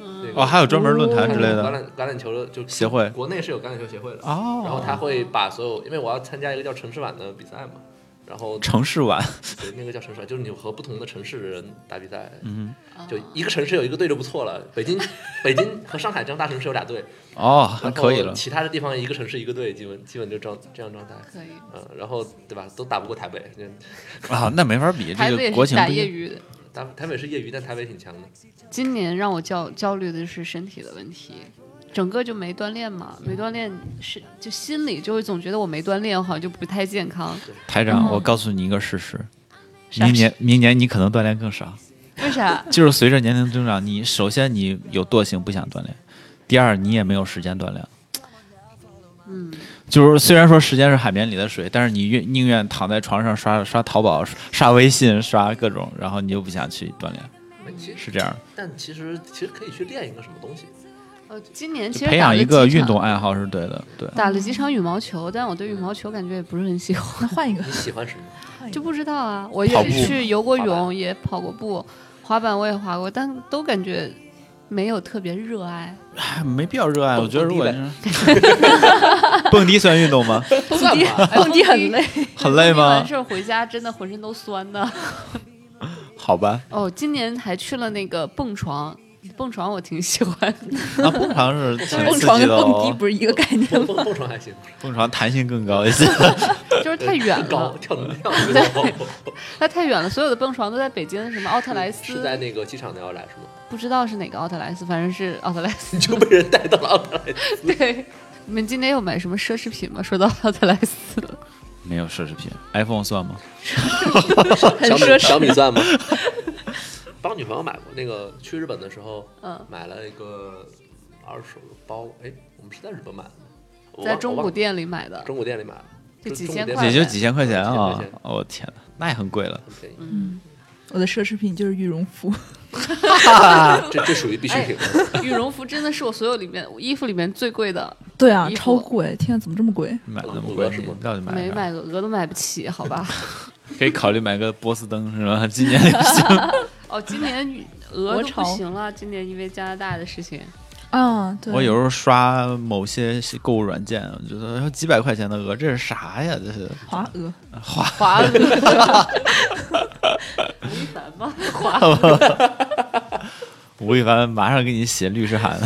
[SPEAKER 7] 嗯
[SPEAKER 6] 那个
[SPEAKER 5] 哦，还有专门论坛之类
[SPEAKER 6] 橄
[SPEAKER 5] 的
[SPEAKER 6] 榄橄榄球的就
[SPEAKER 5] 协会
[SPEAKER 6] 国内是有橄榄球协会的，然后
[SPEAKER 5] 哦。
[SPEAKER 6] 他会把所有，因为我要参加一个叫城市晚的比赛嘛，然后
[SPEAKER 5] 城市晚，
[SPEAKER 6] 对那个叫城市晚，就是你和不同的城市的人打比赛，
[SPEAKER 5] 嗯，
[SPEAKER 4] 哦
[SPEAKER 6] 就一个城市有一个队就不错了。北京、北京和上海这样大城市有 俩队，
[SPEAKER 5] 哦，还
[SPEAKER 6] 然后
[SPEAKER 5] 可以了。
[SPEAKER 6] 其他的地方一个城市一个队，基本基本就这样这样状态。
[SPEAKER 4] 可以。
[SPEAKER 6] 嗯，然后对吧，都打不过台北，嗯就
[SPEAKER 5] 啊，那没法比，
[SPEAKER 4] 台
[SPEAKER 5] 这
[SPEAKER 4] 北
[SPEAKER 5] 个
[SPEAKER 4] 也
[SPEAKER 5] 国
[SPEAKER 4] 是
[SPEAKER 5] 情
[SPEAKER 4] 打
[SPEAKER 5] 不一
[SPEAKER 4] 业
[SPEAKER 5] 样。
[SPEAKER 4] 余的。
[SPEAKER 6] 台台北是业余，但台北挺强的。
[SPEAKER 4] 今年让我焦焦虑的是身体的问题，整个就没锻炼嘛，没锻炼是就心里就会总觉得我没锻炼，好像就不太健康。
[SPEAKER 5] 台长，
[SPEAKER 7] 嗯
[SPEAKER 5] 我告诉你一个事实，
[SPEAKER 7] 啥
[SPEAKER 5] 明年明年你可能锻炼更少，
[SPEAKER 4] 为 啥？
[SPEAKER 5] 就是随着年龄增长，你首先你有惰性，不想锻炼；第二，你也没有时间锻炼。
[SPEAKER 4] 嗯，
[SPEAKER 5] 就是虽然说时间是海绵里的水，但是你愿宁愿躺在床上刷刷淘宝、刷微信、刷各种，然后你就不想去锻炼，
[SPEAKER 4] 嗯
[SPEAKER 6] 哎其实，
[SPEAKER 5] 是这样的。
[SPEAKER 6] 但其实其实可以去练一个什么东西。
[SPEAKER 4] 呃，今年其
[SPEAKER 5] 就
[SPEAKER 4] 实
[SPEAKER 5] 培
[SPEAKER 4] 打
[SPEAKER 5] 养
[SPEAKER 4] 了
[SPEAKER 5] 一个
[SPEAKER 4] 几场
[SPEAKER 5] 运动，爱好是对的，对。
[SPEAKER 4] 打了几场羽毛球，但我对羽毛球感觉也不是很喜欢，
[SPEAKER 7] 换一个
[SPEAKER 6] 你喜 欢什么？
[SPEAKER 4] 就不知道啊。我
[SPEAKER 5] 跑
[SPEAKER 4] 也
[SPEAKER 5] 步
[SPEAKER 4] 去游过
[SPEAKER 6] 滑板
[SPEAKER 4] 泳，也跑过步，滑板我也滑过，但都感觉没有特别热爱。
[SPEAKER 5] 哎没必要热爱，
[SPEAKER 6] 蹦
[SPEAKER 5] 我觉得如果
[SPEAKER 6] 蹦
[SPEAKER 5] 是蹦迪算运动吗？
[SPEAKER 4] 蹦迪，
[SPEAKER 7] 蹦迪很 累，
[SPEAKER 5] 很累吗
[SPEAKER 4] 完？事儿回家真的浑身都酸的。
[SPEAKER 5] 好吧，
[SPEAKER 4] 哦，今年还去了那个蹦床，蹦床我挺喜欢的。
[SPEAKER 5] 啊，蹦床是挺
[SPEAKER 7] 蹦
[SPEAKER 5] 刺
[SPEAKER 7] 床
[SPEAKER 5] 激
[SPEAKER 7] 跟
[SPEAKER 5] 的
[SPEAKER 7] 蹦迪
[SPEAKER 5] 哦，
[SPEAKER 7] 不是一个概念
[SPEAKER 6] 蹦
[SPEAKER 7] 吗？
[SPEAKER 6] 蹦蹦床还行，
[SPEAKER 5] 蹦床弹性更高一些。
[SPEAKER 4] 就是太远
[SPEAKER 6] 高
[SPEAKER 4] 了，
[SPEAKER 6] 跳能 跳得高。
[SPEAKER 4] 它太远了，所有的蹦床都在北京，什么奥特莱
[SPEAKER 6] 是
[SPEAKER 4] 斯，
[SPEAKER 6] 在那个机场的要来是吗？
[SPEAKER 4] 不知道是哪个奥特莱斯，反正是奥特莱斯
[SPEAKER 6] 你。就被人带到了奥特莱斯。
[SPEAKER 4] 对，你们今天有买什么奢侈品吗？说到奥特莱斯，
[SPEAKER 5] 没有奢侈品，iPhone 算吗？
[SPEAKER 7] 很
[SPEAKER 6] 小
[SPEAKER 7] 奢
[SPEAKER 6] 米
[SPEAKER 7] 侈
[SPEAKER 6] 小。米 算吗？帮女朋友买过那个，去日本的时候，
[SPEAKER 4] 嗯，
[SPEAKER 6] 买了一个二手的包，哎，我们是在日本买的吗，我
[SPEAKER 4] 在
[SPEAKER 6] 忘
[SPEAKER 4] 中
[SPEAKER 6] 我忘
[SPEAKER 4] 古店里买的。
[SPEAKER 6] 中古店里买的，
[SPEAKER 4] 就
[SPEAKER 6] 中
[SPEAKER 4] 几
[SPEAKER 6] 古
[SPEAKER 4] 千
[SPEAKER 6] 店
[SPEAKER 4] 块
[SPEAKER 5] 也
[SPEAKER 6] 买
[SPEAKER 5] 就
[SPEAKER 6] 的
[SPEAKER 5] 几千块钱
[SPEAKER 6] 几
[SPEAKER 5] 啊
[SPEAKER 6] 千块！
[SPEAKER 5] 我、天哪，那也很贵了。
[SPEAKER 6] 很便宜，
[SPEAKER 4] 嗯，
[SPEAKER 7] 我的奢侈品就是羽绒服，
[SPEAKER 6] 这这属于必需品。
[SPEAKER 4] 羽绒服真的是我所有里面衣服里面最贵的，
[SPEAKER 7] 对啊，
[SPEAKER 4] 衣服
[SPEAKER 7] 超贵！天啊，怎么这么贵？
[SPEAKER 5] 买那么
[SPEAKER 6] 嗯我
[SPEAKER 5] 贵，
[SPEAKER 6] 是
[SPEAKER 5] 你
[SPEAKER 6] 吗
[SPEAKER 5] 到底买
[SPEAKER 4] 没
[SPEAKER 5] 啥？
[SPEAKER 4] 买鹅都买不起，好吧？
[SPEAKER 5] 可以考虑买个波司登是吧？今年流行。
[SPEAKER 4] 哦，今 年俄
[SPEAKER 7] 国
[SPEAKER 4] 都不
[SPEAKER 7] 潮
[SPEAKER 4] 行了，今年因为加拿大的事情，
[SPEAKER 7] 啊，对，
[SPEAKER 5] 我有时候刷某些购物软件，我觉得哎呦几百块钱的鹅，这是啥呀？这是
[SPEAKER 7] 华俄，
[SPEAKER 5] 花
[SPEAKER 4] 华俄，吴亦凡吗？华俄，
[SPEAKER 5] 吴亦凡马上给你写律师函，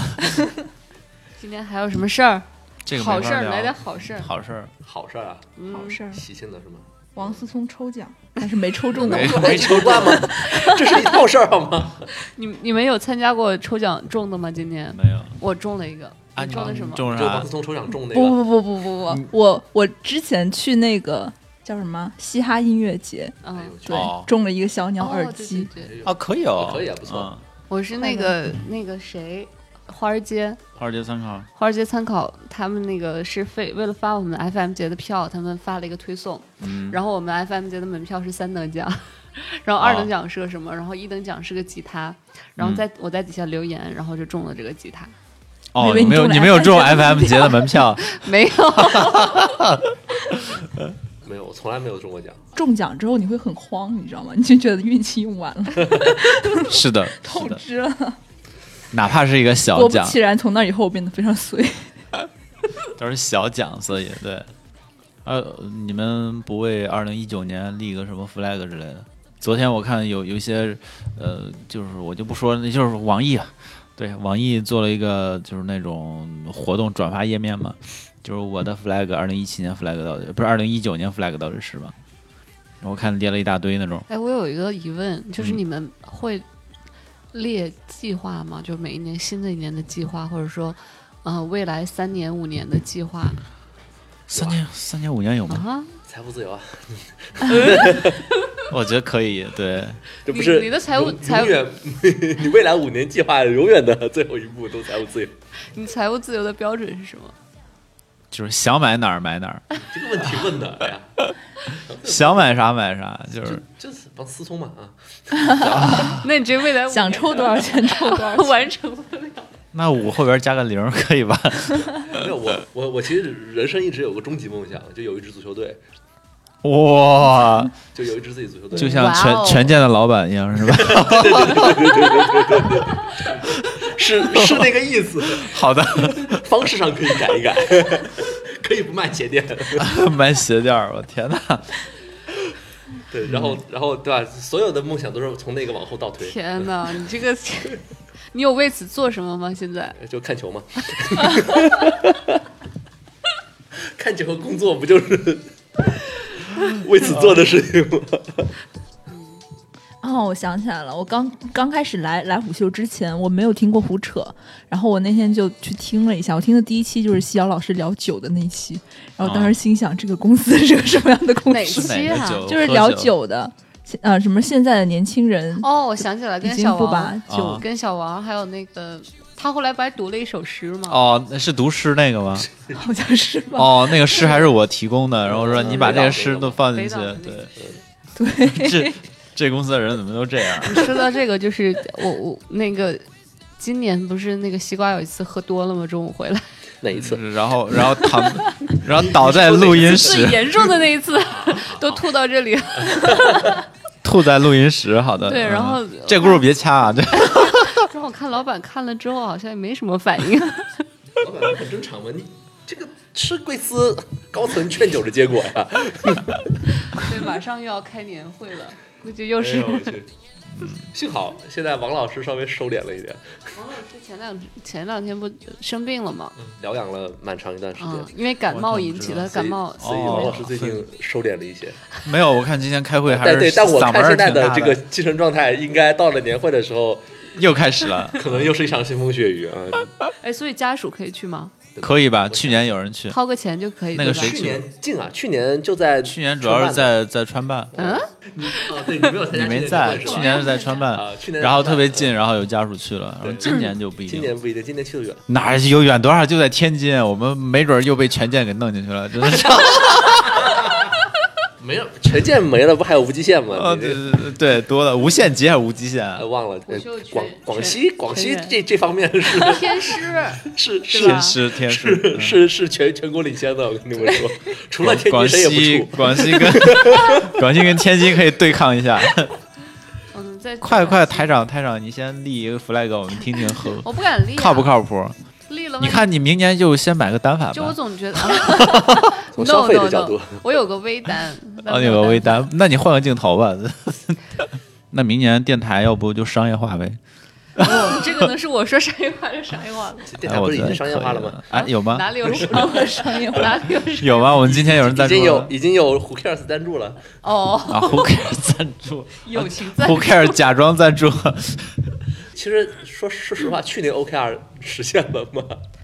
[SPEAKER 4] 今年还有什么事儿？
[SPEAKER 5] 这个没
[SPEAKER 4] 好
[SPEAKER 5] 法
[SPEAKER 4] 事儿，
[SPEAKER 5] 聊
[SPEAKER 4] 来点好事儿。
[SPEAKER 5] 好事儿，
[SPEAKER 6] 好事儿啊，
[SPEAKER 7] 好事儿。
[SPEAKER 6] 喜庆的是吗？
[SPEAKER 7] 王思聪抽奖，但是没抽中的
[SPEAKER 5] 没
[SPEAKER 6] 我 没抽冠吗？这是一套事儿好 吗？
[SPEAKER 4] 你你们有参加过抽奖中的吗？今年
[SPEAKER 5] 没有啊
[SPEAKER 4] 我中了一个，你中的什么？
[SPEAKER 5] 中了
[SPEAKER 6] 就王
[SPEAKER 5] 啥
[SPEAKER 6] 思？聪抽奖中那
[SPEAKER 7] 不不
[SPEAKER 6] 个，
[SPEAKER 7] 不不不不，我我之前去那个叫什么嘻哈音乐节，
[SPEAKER 6] 哎
[SPEAKER 4] 嗯
[SPEAKER 6] 呦，我去
[SPEAKER 7] 对
[SPEAKER 5] 哦，
[SPEAKER 7] 中了一个小鸟
[SPEAKER 4] 哦
[SPEAKER 7] 耳
[SPEAKER 4] 对对
[SPEAKER 7] 机，
[SPEAKER 4] 对，
[SPEAKER 5] 啊，可以哦，
[SPEAKER 6] 可以啊不错
[SPEAKER 5] 嗯
[SPEAKER 4] 我是那个那个谁，花儿街，
[SPEAKER 5] 华尔街参考，
[SPEAKER 4] 花儿街参考，他们那个是非为了发我们 FM 节的票，他们发了一个推送，
[SPEAKER 5] 嗯，
[SPEAKER 4] 然后我们 FM 节的门票是三等奖， 然后二
[SPEAKER 5] 哦
[SPEAKER 4] 等奖是个什么，然后一等奖是个吉他，
[SPEAKER 5] 嗯
[SPEAKER 4] 然后在、我在底下留言，然后就中了这个吉他，
[SPEAKER 5] 哦，
[SPEAKER 7] 我以为
[SPEAKER 5] 你没有
[SPEAKER 7] 你中了
[SPEAKER 5] 你没有中
[SPEAKER 7] FM
[SPEAKER 5] FM 节的门 票，
[SPEAKER 4] 没有，
[SPEAKER 6] 没有，我从来没有中过奖。
[SPEAKER 7] 中奖之后你会很慌，你知道吗？你就觉得运气用完了，
[SPEAKER 5] 是的，
[SPEAKER 7] 透
[SPEAKER 5] 是的，
[SPEAKER 7] 支了。
[SPEAKER 5] 哪怕是一个小
[SPEAKER 7] 果不
[SPEAKER 5] 奖，
[SPEAKER 7] 其然，从那以后我变得非常随。
[SPEAKER 5] 都是小奖，所以对。呃，你们不为二零一九年立个什么 flag 之类的？昨天我看有有一些，呃，就是我就不说，那就是网易啊，对，网易做了一个就是那种活动转发页面嘛，就是我的 flag，二零一七年 flag 到底不是二零一九年 flag 到底是吧？我看列了一大堆那种，
[SPEAKER 4] 哎，我有一个疑问，就是
[SPEAKER 5] 嗯
[SPEAKER 4] 你们会列计划吗？就每一年新的一年的计划，或者说，呃，未来三年五年的计划
[SPEAKER 5] 三年三年五年有吗？
[SPEAKER 4] 啊？
[SPEAKER 6] 财务自由啊，
[SPEAKER 5] 我觉得可以，对，
[SPEAKER 6] 这不
[SPEAKER 4] 你
[SPEAKER 6] 是
[SPEAKER 4] 你的财务
[SPEAKER 6] 永
[SPEAKER 4] 财务
[SPEAKER 6] 永远， 你未来五年计划永远的最后一步都财务自由。
[SPEAKER 4] 你财务自由的标准是什么？
[SPEAKER 5] 就是想买哪儿买哪儿，
[SPEAKER 6] 这个问题问的，哎呀，
[SPEAKER 5] 想买啥买啥，就是
[SPEAKER 6] 就是帮思聪嘛啊，
[SPEAKER 4] 那你这未来五
[SPEAKER 7] 想
[SPEAKER 4] 年
[SPEAKER 7] 抽多少钱抽多少钱。
[SPEAKER 4] 完成不了。
[SPEAKER 5] 那五后边加个零儿可以吧？
[SPEAKER 6] 没有我我我其实人生一直有个终极梦想，就有一支足球队，
[SPEAKER 5] 哇，
[SPEAKER 6] 就有一支自己足球队，
[SPEAKER 5] 就像
[SPEAKER 4] 哇哦
[SPEAKER 5] 权权健的老板一样，是吧？
[SPEAKER 6] 是是那个意思，
[SPEAKER 5] 好的，
[SPEAKER 6] 方式上可以改一 改，可以不卖鞋 垫。
[SPEAKER 5] 买鞋垫儿，我天哪！
[SPEAKER 6] 对，然后然后对吧？所有的梦想都是从那个往后倒推，
[SPEAKER 4] 天 哪，你这个，你有为此做什么吗？现在
[SPEAKER 6] 就看球嘛。 看球和工作不就是 为此做的事情吗？
[SPEAKER 7] 哦，我想起来了，我刚刚开始来来虎嗅之前，我没有听过胡扯，然后我那天就去听了一下，我听的第一期就是西瑶老师聊酒的那一期，然后当时心想，这个公司 是个什么样的公
[SPEAKER 4] 哪
[SPEAKER 7] 司？
[SPEAKER 5] 是哪
[SPEAKER 4] 期
[SPEAKER 5] 个
[SPEAKER 4] 啊？
[SPEAKER 5] 啊酒？
[SPEAKER 7] 就是
[SPEAKER 5] 喝
[SPEAKER 7] 聊
[SPEAKER 5] 酒，
[SPEAKER 7] 酒的，现呃，什么现在的年轻人
[SPEAKER 4] 哦，我想起来，
[SPEAKER 7] 已
[SPEAKER 4] 跟
[SPEAKER 7] 经
[SPEAKER 4] 小
[SPEAKER 7] 不把
[SPEAKER 4] 王，
[SPEAKER 5] 酒啊
[SPEAKER 4] 跟小王还有那个，他后来不还读了一首诗吗？
[SPEAKER 5] 哦，那是读诗那个吗？
[SPEAKER 7] 好像是吧？
[SPEAKER 5] 哦，那个诗还是我提供的，然后说
[SPEAKER 6] 嗯
[SPEAKER 5] 你把这个诗都放进
[SPEAKER 4] 北
[SPEAKER 5] 去
[SPEAKER 4] 岛的，那
[SPEAKER 5] 对，
[SPEAKER 7] 对，
[SPEAKER 5] 这这公司的人怎么都这样？
[SPEAKER 4] 说到这个，就是我我那个今年不是那个西瓜有一次喝多了吗？中午回 来
[SPEAKER 6] 哪一次？
[SPEAKER 5] 然后，然后躺，然后倒在录 音
[SPEAKER 4] 最
[SPEAKER 5] 室，
[SPEAKER 4] 严重的那一 次，都吐到这里了。
[SPEAKER 5] 吐在录音室。好的，
[SPEAKER 4] 对
[SPEAKER 5] 嗯
[SPEAKER 4] 然后
[SPEAKER 5] 这轱辘别掐啊！这
[SPEAKER 4] 然后我看老板看了之后，好像也没什么反应。
[SPEAKER 6] 老板很正常嘛，你这个是贵司高层劝酒的结果呀。
[SPEAKER 4] 对，马上又要开年会了，估计又
[SPEAKER 6] 哎
[SPEAKER 4] 是
[SPEAKER 6] 呦。我去幸好现在王老师稍微收敛了一点，
[SPEAKER 4] 王老师前两前两天不生病了吗？
[SPEAKER 6] 疗养了蛮长一段时间
[SPEAKER 4] 啊，，因为感冒引起的
[SPEAKER 6] 所
[SPEAKER 4] 感
[SPEAKER 6] 以
[SPEAKER 4] 冒。哦
[SPEAKER 6] 所以哦王老师最近收敛了一些。
[SPEAKER 5] 没有，我看今天开会哦还
[SPEAKER 6] 但
[SPEAKER 5] 是
[SPEAKER 6] 对，但我
[SPEAKER 5] 嗓门
[SPEAKER 6] 看
[SPEAKER 5] 儿
[SPEAKER 6] 现在
[SPEAKER 5] 挺
[SPEAKER 6] 的
[SPEAKER 5] 大
[SPEAKER 6] 这个精神状态，应该到了年会的时候，
[SPEAKER 5] 又开始了，
[SPEAKER 6] 可能又是一场腥风血雨啊。
[SPEAKER 4] 哎，所以家属可以去吗？
[SPEAKER 5] 可以吧？去年有人去，
[SPEAKER 4] 掏个钱就可以。
[SPEAKER 5] 那个
[SPEAKER 4] 对吧
[SPEAKER 5] 谁
[SPEAKER 6] 去年近啊，去年就在
[SPEAKER 5] 去年主要是
[SPEAKER 6] 春晚
[SPEAKER 5] 在在川办，
[SPEAKER 4] 嗯，
[SPEAKER 6] 哦，对你没有参
[SPEAKER 5] 你
[SPEAKER 6] 加
[SPEAKER 5] 没
[SPEAKER 6] 去年的
[SPEAKER 5] 在，
[SPEAKER 6] 年会是吧
[SPEAKER 5] 去年是在川
[SPEAKER 6] 啊
[SPEAKER 5] 办，
[SPEAKER 6] 去年
[SPEAKER 5] 然后
[SPEAKER 6] 在川办
[SPEAKER 5] 特别近，然后有家属去了，然后今年就不一
[SPEAKER 6] 今
[SPEAKER 5] 定
[SPEAKER 6] 年。不一定，今年去的远。
[SPEAKER 5] 哪儿有远多少？就在天津，我们没准儿又被权健给弄进去了，真的是。
[SPEAKER 6] 没有，陈建没了，不还有无极限吗？
[SPEAKER 5] 呃
[SPEAKER 6] 你
[SPEAKER 5] 对
[SPEAKER 6] 这
[SPEAKER 5] 对对对，多了，无限极还是无极限啊
[SPEAKER 6] 呃？忘了，呃
[SPEAKER 4] 我就觉
[SPEAKER 6] 广
[SPEAKER 4] 全
[SPEAKER 6] 广西广西
[SPEAKER 4] 全员
[SPEAKER 6] 这这方面是
[SPEAKER 4] 天师，
[SPEAKER 6] 是
[SPEAKER 4] 对吧
[SPEAKER 5] 天
[SPEAKER 6] 是
[SPEAKER 5] 师天师，
[SPEAKER 6] 是
[SPEAKER 5] 嗯
[SPEAKER 6] 是是全全国领先的，我跟你们说， 除了天津
[SPEAKER 5] 广
[SPEAKER 6] 谁也不
[SPEAKER 5] 西
[SPEAKER 6] 出。
[SPEAKER 5] 广西跟广西跟天津可以对抗一下。
[SPEAKER 4] 嗯，再
[SPEAKER 5] 快快，台长台长，你先立一个 flag，我们听听 合
[SPEAKER 4] 我不敢立、啊，
[SPEAKER 5] 靠不？靠谱？
[SPEAKER 4] 立了，
[SPEAKER 5] 你，看你明年就先买个单反
[SPEAKER 4] 就我
[SPEAKER 5] 吧。
[SPEAKER 4] 总 觉得
[SPEAKER 6] 从消
[SPEAKER 4] ，no
[SPEAKER 6] 费的
[SPEAKER 4] no
[SPEAKER 6] 角度
[SPEAKER 4] no，，我有个微单，
[SPEAKER 5] 啊，你有个微单，那你换个镜头吧。 那明年电台要不就商业化呗？
[SPEAKER 4] 哦，这个能 是我说商业化就商业化了，
[SPEAKER 6] 这电
[SPEAKER 5] 哎，
[SPEAKER 6] 台
[SPEAKER 5] 我
[SPEAKER 6] 不是
[SPEAKER 5] 觉
[SPEAKER 6] 已
[SPEAKER 5] 得
[SPEAKER 6] 经商业
[SPEAKER 5] 可以
[SPEAKER 6] 化了吗？？
[SPEAKER 5] 哎，有吗？
[SPEAKER 4] 哪里有商业化？商 业化哪里有商业
[SPEAKER 5] 有吗？我们今天有人
[SPEAKER 6] 已
[SPEAKER 5] 啊赞助
[SPEAKER 6] 经有
[SPEAKER 5] 了
[SPEAKER 6] 已经有 Who Cares 赞助了，
[SPEAKER 4] 化？哦，
[SPEAKER 5] 啊？Who care 赞助
[SPEAKER 4] 友情在
[SPEAKER 5] ？Who care 假装赞 助？
[SPEAKER 6] 其实说说实话，去年 OKR 实现了吗？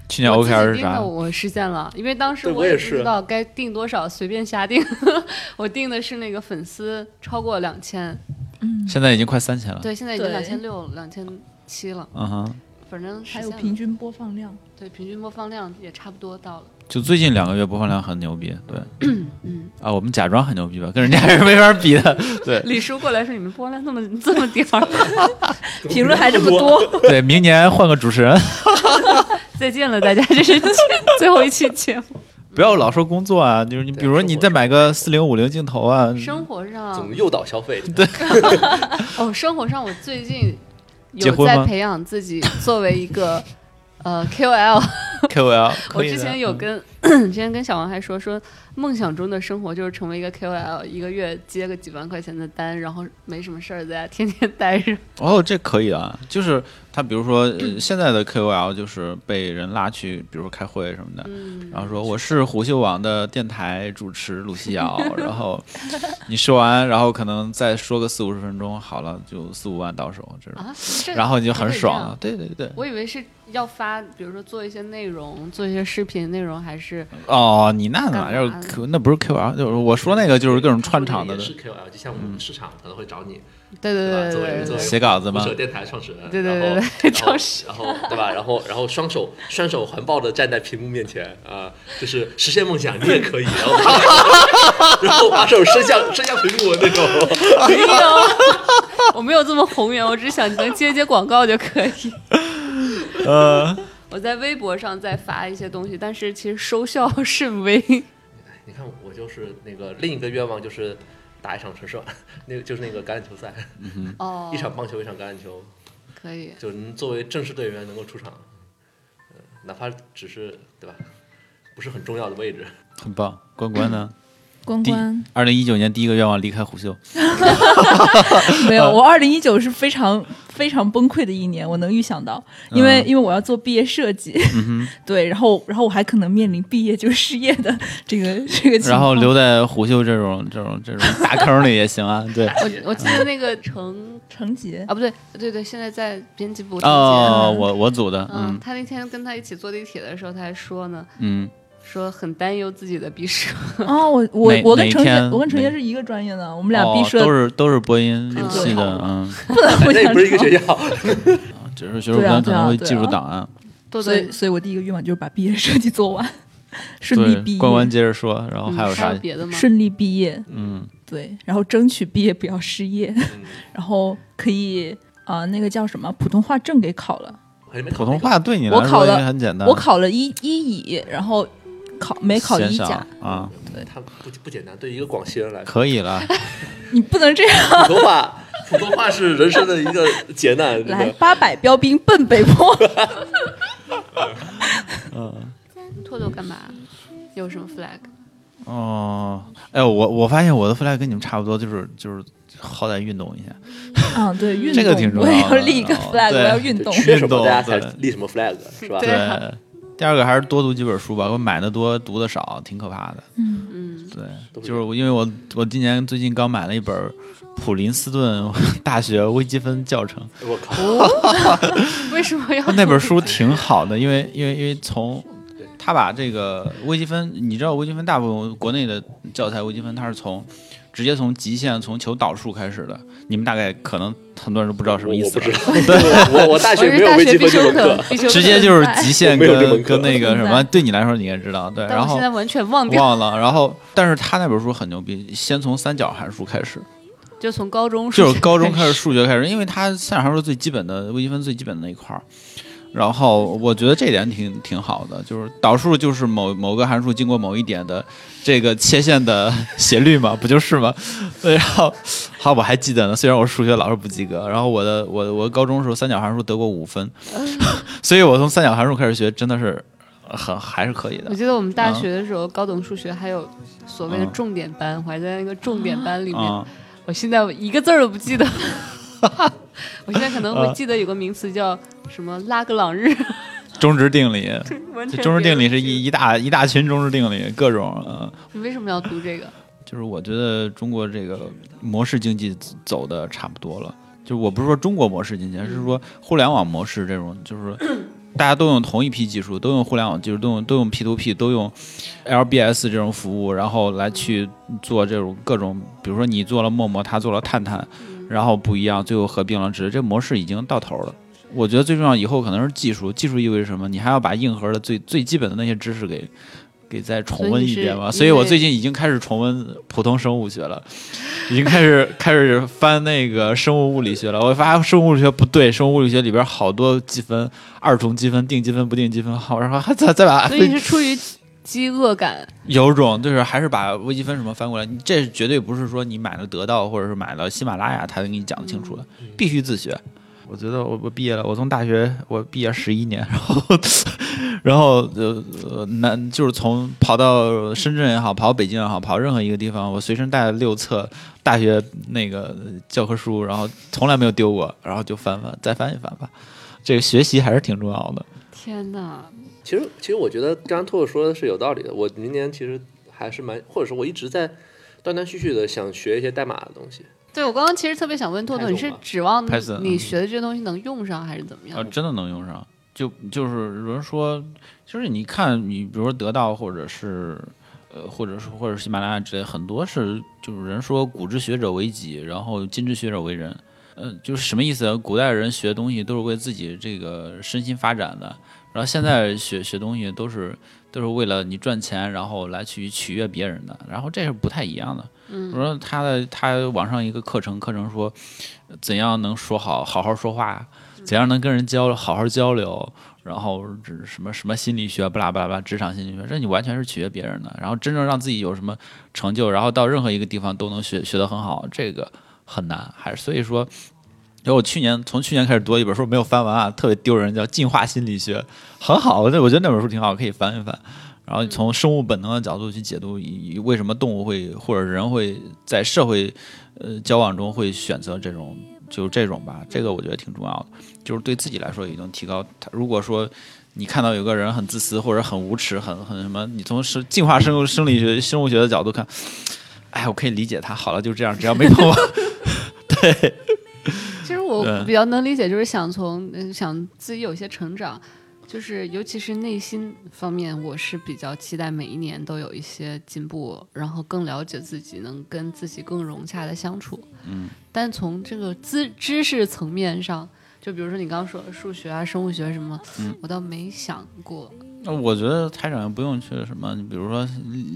[SPEAKER 5] 去年
[SPEAKER 4] 我
[SPEAKER 5] OKR
[SPEAKER 4] 自
[SPEAKER 5] 啊是
[SPEAKER 4] 己定
[SPEAKER 5] 啥
[SPEAKER 4] 的？我实现了，因为当时
[SPEAKER 6] 对我
[SPEAKER 4] 也
[SPEAKER 6] 也
[SPEAKER 4] 不
[SPEAKER 6] 是
[SPEAKER 4] 知道该定多少，随便瞎定。 我定的是那个粉丝超过两千，
[SPEAKER 5] 现在已经快三千了。
[SPEAKER 4] 对，现在已经
[SPEAKER 7] 对
[SPEAKER 4] 两千六、两千七了，
[SPEAKER 5] 嗯哼，
[SPEAKER 4] 反正实
[SPEAKER 7] 还有
[SPEAKER 4] 现了
[SPEAKER 7] 平均播放量，
[SPEAKER 4] 对平均播放量也差不多到了。
[SPEAKER 5] 就最近两个月播放量很牛逼， 对，
[SPEAKER 4] 嗯
[SPEAKER 5] 啊，我们假装很牛逼吧，跟人家是没法比 的，对
[SPEAKER 4] 李叔过来说：“你们播量那么这么低儿，
[SPEAKER 7] 评论还这么多，
[SPEAKER 5] 对，明年换个主持人，
[SPEAKER 4] 嗯再见了大家，这是最后一期节目。
[SPEAKER 5] 不要老说工作啊，就是你比如说你再买个四零五零镜头啊，”
[SPEAKER 4] 生活上
[SPEAKER 6] 总诱导消费，
[SPEAKER 4] 哦，生活上我最近
[SPEAKER 5] 结
[SPEAKER 4] 有
[SPEAKER 5] 婚
[SPEAKER 4] 在
[SPEAKER 5] 吗
[SPEAKER 4] 培养自己作为一个呃 KOL。
[SPEAKER 5] KOL
[SPEAKER 4] 我
[SPEAKER 5] 可以的嗯
[SPEAKER 4] 之前有跟之前跟小王还说说，梦想中的生活就是成为一个 KOL，一个月接个几万块钱的单，然后没什么事儿，在家天天待着。
[SPEAKER 5] 哦，这可以啊，就是他比如说、呃现在的 KOL 就是被人拉去，比如说开会什么的，
[SPEAKER 4] 嗯
[SPEAKER 5] 然后说我是虎嗅网的电台主持鲁西 瑶，然后你说完，然后可能再说个四五十分钟，好了就四五万到手这种，
[SPEAKER 4] 啊，这
[SPEAKER 5] 然后你就很爽
[SPEAKER 4] 还可以这样
[SPEAKER 5] 了，对对对。
[SPEAKER 4] 我以为是要发，比如说做一些内容，做一些视频内容，还是
[SPEAKER 5] 哦，你那哪
[SPEAKER 4] 干
[SPEAKER 5] 叫
[SPEAKER 4] 嘛呢
[SPEAKER 5] Q？那不是 QL，就是我说那个就是各种串场的嗯
[SPEAKER 6] 也是 KOL，就像我们市场可能会找你，
[SPEAKER 4] 对对
[SPEAKER 6] 对吧？
[SPEAKER 4] 对
[SPEAKER 6] 作为
[SPEAKER 4] 对对
[SPEAKER 6] 作为
[SPEAKER 5] 写稿子吗
[SPEAKER 6] 虎？电台创始人，
[SPEAKER 4] 对对
[SPEAKER 6] 然
[SPEAKER 4] 对对对
[SPEAKER 6] 后然后
[SPEAKER 4] 创始
[SPEAKER 6] 然后对吧？然后然后双手双手环抱的站在屏幕面前啊、就是实现梦想，你也可以，然后把 然后把手伸向伸向屏幕那种，
[SPEAKER 4] 对， 没有，我没有这么宏远，我只是想能接接广告就可以。
[SPEAKER 5] 呃，
[SPEAKER 4] 我在微博上再发一些东西，但是其实收效甚微。
[SPEAKER 6] 你看我就是那个另一个愿望就是打一场城市碗，那个就是那个橄榄球赛，
[SPEAKER 4] 哦，
[SPEAKER 6] 一场棒球一场橄榄球，
[SPEAKER 4] 可以，
[SPEAKER 6] 就是能作为正式队员能够出场，呃哪怕只是对吧，不是很重要的位置。
[SPEAKER 5] 很棒。关关呢？
[SPEAKER 7] 关
[SPEAKER 5] 第
[SPEAKER 7] 关
[SPEAKER 5] 二零一九年第一个愿望离开虎嗅，
[SPEAKER 7] 没
[SPEAKER 5] 呃
[SPEAKER 7] 有，我二零一九是非常非常崩溃的一年，我能预想到，因
[SPEAKER 5] 嗯
[SPEAKER 7] 为、因为我要做毕业设计， 对，然后然后我还可能面临毕业就失业的这个 这个情况，
[SPEAKER 5] 然后留在虎嗅这种这种这种大坑里也行 啊。对，
[SPEAKER 4] 我我记得那个程
[SPEAKER 7] 成杰
[SPEAKER 6] 呃
[SPEAKER 4] 啊，不对，对对，现在在编辑部
[SPEAKER 7] 啊
[SPEAKER 4] 承接。
[SPEAKER 5] 哦，我我组的，
[SPEAKER 4] 嗯，
[SPEAKER 5] 嗯
[SPEAKER 4] 他那天跟他一起坐地铁的时候，他还说呢，
[SPEAKER 5] 嗯，
[SPEAKER 4] 说很担忧自己的毕设。
[SPEAKER 7] 哦，我我
[SPEAKER 5] 哪
[SPEAKER 7] 我跟程
[SPEAKER 5] 哪
[SPEAKER 7] 杰
[SPEAKER 5] 天，
[SPEAKER 7] 我跟程杰
[SPEAKER 5] 哪
[SPEAKER 7] 是一个专业的，我们俩
[SPEAKER 5] 哦
[SPEAKER 7] 必，设
[SPEAKER 5] 都是都是播音系的，嗯，
[SPEAKER 7] 互
[SPEAKER 6] 那也
[SPEAKER 7] 相
[SPEAKER 6] 不是一个
[SPEAKER 7] 抄
[SPEAKER 6] 学校，
[SPEAKER 5] 只是学术
[SPEAKER 7] 对啊
[SPEAKER 5] 班可
[SPEAKER 7] 对啊
[SPEAKER 5] 能会
[SPEAKER 7] 对
[SPEAKER 5] 技术
[SPEAKER 7] 啊
[SPEAKER 5] 档案。
[SPEAKER 4] 对
[SPEAKER 7] 所以，
[SPEAKER 4] 对，
[SPEAKER 7] 所以我第一个愿望就是把毕业设计做完，顺利毕
[SPEAKER 5] 对，
[SPEAKER 7] 业，
[SPEAKER 5] 关关接着说，然后哦还有
[SPEAKER 4] 嗯还
[SPEAKER 7] 嗯
[SPEAKER 5] 啥
[SPEAKER 4] 有？别的吗？
[SPEAKER 7] 顺利毕业，
[SPEAKER 5] 嗯，
[SPEAKER 7] 对，然后争取毕业不要失业，
[SPEAKER 6] 嗯
[SPEAKER 7] 然后可以啊、那个叫什么普通话证给考了，
[SPEAKER 6] 还没考
[SPEAKER 5] 普通
[SPEAKER 6] 那
[SPEAKER 5] 话对你
[SPEAKER 7] 我
[SPEAKER 5] 来
[SPEAKER 7] 考
[SPEAKER 5] 说应
[SPEAKER 7] 了
[SPEAKER 5] 该很简单。
[SPEAKER 7] 我考了一一乙，然后考没考
[SPEAKER 5] 嫌
[SPEAKER 7] 一
[SPEAKER 5] 少
[SPEAKER 7] 甲，
[SPEAKER 5] 啊，
[SPEAKER 6] 个，他不不简单，对一个广西人来说，
[SPEAKER 5] 可以了。
[SPEAKER 7] 你不能这样，
[SPEAKER 6] 普通话普通话是人生的一个劫难，真
[SPEAKER 7] 来
[SPEAKER 6] 的。
[SPEAKER 7] 八百标兵奔北 坡，
[SPEAKER 4] 拓拓干嘛？有什么 flag？
[SPEAKER 5] 哦，哎，我我发现我的 flag 跟你们差不多，就是就是好歹运动一下，
[SPEAKER 7] 嗯，对，运动，
[SPEAKER 5] 这个挺重
[SPEAKER 7] 我
[SPEAKER 5] 要
[SPEAKER 7] 也
[SPEAKER 5] 的
[SPEAKER 7] 要立一个
[SPEAKER 5] 然后
[SPEAKER 7] flag，我
[SPEAKER 5] 对
[SPEAKER 7] 要运动
[SPEAKER 6] 就，缺什么
[SPEAKER 5] 运动
[SPEAKER 6] 大家才
[SPEAKER 5] 对
[SPEAKER 6] 立什么 flag 是吧？
[SPEAKER 4] 对啊
[SPEAKER 5] 第二个还是多读几本书吧，我买的多，读的少，挺可怕的。
[SPEAKER 4] 嗯，
[SPEAKER 5] 对，
[SPEAKER 6] 不一
[SPEAKER 5] 就
[SPEAKER 6] 样
[SPEAKER 5] 是我因为我我今年最近刚买了一本普林斯顿 大学微积分教 程，
[SPEAKER 6] 我靠，
[SPEAKER 4] 为什么要
[SPEAKER 5] 那本书挺好的，因为因为因为从他把这个微积分，你知道微积分大部分国内的教材微积分它是从直接从极限从求导数开始的，你们大概可能很多人都不知道什么意
[SPEAKER 6] 我
[SPEAKER 5] 思
[SPEAKER 6] 不
[SPEAKER 5] 了
[SPEAKER 6] 知道， 我我大
[SPEAKER 4] 我
[SPEAKER 6] 学
[SPEAKER 4] 是
[SPEAKER 6] 没有
[SPEAKER 4] 大
[SPEAKER 6] 微
[SPEAKER 4] 学
[SPEAKER 6] 积
[SPEAKER 4] 必
[SPEAKER 6] 分这
[SPEAKER 4] 修
[SPEAKER 6] 门
[SPEAKER 4] 课
[SPEAKER 6] 课，，
[SPEAKER 4] 必修课
[SPEAKER 5] 直接就是极限
[SPEAKER 6] 我没有这
[SPEAKER 5] 跟
[SPEAKER 6] 门课
[SPEAKER 5] 跟那个什
[SPEAKER 7] 明
[SPEAKER 5] 么，
[SPEAKER 7] 白
[SPEAKER 5] 对你来说你也知道，对，
[SPEAKER 4] 但
[SPEAKER 5] 然
[SPEAKER 4] 我
[SPEAKER 5] 后
[SPEAKER 4] 现在完全忘掉，
[SPEAKER 5] 忘了，然后但是他那本书很牛逼，先从三角函数开始，
[SPEAKER 4] 就从高中
[SPEAKER 5] 就是高中开始数学开始，因为它三角函数最基本的微积分最基本的那一块儿。然后我觉得这点挺挺好的，就是导数就是某某个函数 经过某一点的这个切线的斜率嘛，不就是吗？对，然后好，我还记得呢，虽然我数学老是不及格，然后我的我我高中时候三角函数得过五分， 所以我从三角函数开始学，真的是很还是可以
[SPEAKER 4] 我
[SPEAKER 5] 的。
[SPEAKER 4] 记得我们大学的时候，高等数学还有所谓的
[SPEAKER 5] 嗯
[SPEAKER 4] 重点班，我还在那个重点班里面，
[SPEAKER 5] 啊、
[SPEAKER 4] 我现在一个字儿都不 记得。我现在可能会
[SPEAKER 5] 啊
[SPEAKER 4] 记得有个名词叫什么拉格 朗日，
[SPEAKER 5] 中值定理，
[SPEAKER 4] 完全
[SPEAKER 5] 这中值定理是
[SPEAKER 4] 别人
[SPEAKER 5] 一一大一大群中值定理，各种嗯。呃
[SPEAKER 4] 记不住。你为什么要读这个？
[SPEAKER 5] 就是我觉得中国这个模式经济走的差不多了。就是我不是说中国模式经济，而是说互联网模式这种，就是 大家都用同一批技术，都用互联网技术，都用都用 P to P，都用 LBS 这种服务，然后来去做这种各种，比如说你做了陌陌，他做了探探，
[SPEAKER 4] 嗯
[SPEAKER 5] 然后不一样，最后合并了，只是这模式已经到头了。我觉得最重要以后可能是技术，技术意味着什么？你还要把硬核的最最基本的那些知识给给再重温一遍吧。
[SPEAKER 4] 所
[SPEAKER 5] 所
[SPEAKER 4] 以你是
[SPEAKER 5] 以
[SPEAKER 4] 因为
[SPEAKER 5] 我最近已经开始重温普通生物学了，已经开始开始翻那个生物物理学了。我发现生物物理学不对，生物物理学里边好多积分，二重积分、定积分、不定积分，好，然后还再再把
[SPEAKER 4] 所以是出于饥饿感，
[SPEAKER 5] 有种就是还是把微积分什么翻过来，你这绝对不是说你买了得到或者是买了喜马拉雅他能给你讲得清楚的，必须自学。我觉得我我毕业了，我从大学我毕业十一年，然后 然后呃呃南就是从跑到深圳也好，跑北京也好，跑任何一个地方，我随身带了六册大学那个教科书，然后从来没有丢过，然后就翻翻再翻一翻吧。这个学习还是挺重要的。
[SPEAKER 4] 天哪！
[SPEAKER 6] 其实，其实我觉得刚刚兔子说的是有道理的。我明年其实还是蛮，或者说我一直在断断续续的想学一些代码的东西。
[SPEAKER 4] 对我刚刚其实特别想问拓拓，
[SPEAKER 6] Python
[SPEAKER 4] 你是
[SPEAKER 6] 吧
[SPEAKER 4] 指望
[SPEAKER 5] Python，
[SPEAKER 4] 你
[SPEAKER 5] 嗯
[SPEAKER 4] 学的这些东西能用上，还是怎么样
[SPEAKER 5] 啊，？真的能用上。就就是有人说，就是你看，你比如说得到，或者是呃，或者是或者是喜马拉雅之类，很多是就是人说古之学者为己，然后今之学者为人。呃，就是什么意思啊？古代人学东西都是为自己这个身心发展的，然后现在学学东西都是都是为了你赚钱，然后来去取悦别人的，然后这是不太一样的。嗯，我说他的他网上一个课程，课程说呃怎样能说好好好说话，怎样能跟人交流，好好交流，然后这什么什么心理学，不啦不啦不啦，职场心理学，这你完全是取悦别人的。然后真正让自己有什么成就，然后到任何一个地方都能学学得很好，这个很难。还是所以说，因为我去年从去年开始读了一本书，没有翻完啊，特别丢人，叫《进化心理学》，很好，我觉得我觉得那本书挺好，可以翻一翻。然后从生物本能的角度去解读，以以为什么动物会或者人会在社会呃交往中会选择这种就这种吧，这个我觉得挺重要的。就是对自己来说也能提高。他如果说你看到有个人很自私或者很无耻、很很什么，你从生进化生物生理学、生物学的角度看， 哎，我可以理解他。好了，就这样，只要没碰我，对，
[SPEAKER 4] 其实我
[SPEAKER 5] 对
[SPEAKER 4] 比较能理解，就是想从嗯想自己有一些成长，就是尤其是内心方面，我是比较期待每一年都有一些进步，然后更了解自己，能跟自己更融洽的相处。
[SPEAKER 5] 嗯，
[SPEAKER 4] 但从这个知知识层面上，就比如说你刚刚说的数学啊、生物学什么，
[SPEAKER 5] 嗯
[SPEAKER 4] 我倒没想过。
[SPEAKER 5] 那我觉得台长也不用去什么，你比如说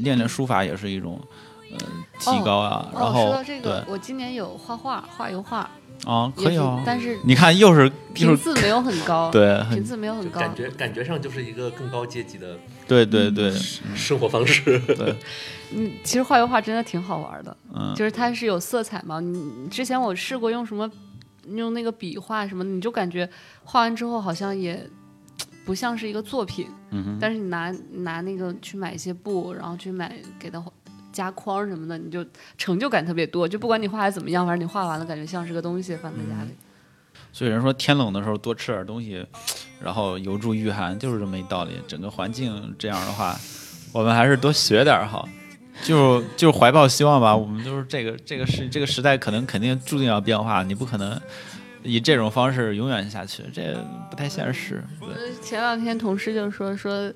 [SPEAKER 5] 练练书法也是一种。呃，提高啊，然
[SPEAKER 4] 哦，
[SPEAKER 5] 后
[SPEAKER 4] 说到这个，我今年有画画，画油画，
[SPEAKER 5] 对啊，
[SPEAKER 4] 也
[SPEAKER 5] 可以
[SPEAKER 4] 是
[SPEAKER 5] 啊。
[SPEAKER 4] 但是
[SPEAKER 5] 你看，又是又
[SPEAKER 4] 频
[SPEAKER 5] 是
[SPEAKER 4] 次没有很高，，
[SPEAKER 5] 对，
[SPEAKER 4] 频
[SPEAKER 5] 很
[SPEAKER 4] 次没有很
[SPEAKER 6] 就
[SPEAKER 4] 高，
[SPEAKER 6] 感觉感觉上就是一个更高阶级的
[SPEAKER 5] 对对对
[SPEAKER 6] 生活方式。
[SPEAKER 5] 对，
[SPEAKER 4] 嗯，其实画油画真的挺好玩的，
[SPEAKER 5] 嗯，
[SPEAKER 4] 就是它是有色彩嘛。你之前我试过用什么，用那个笔画什么，你就感觉画完之后好像也不像是一个作品。
[SPEAKER 5] 嗯哼
[SPEAKER 4] 但是你拿拿那个去买一些布，然后去买给它加框什么的，你就成就感特别多。就不管你画的怎么样，反正你画完了感觉像是个东西放在家里。
[SPEAKER 5] 所以人说天冷的时候多吃点东西，然后有助御寒，就是这么一道理。整个环境这样的话，我们还是多学点儿好。就就怀抱希望吧，我们就是这个这个时这个时代可能肯定注定要变化，你不可能以这种方式永远下去，这不太现实。对，
[SPEAKER 4] 呃前两天同事就说说，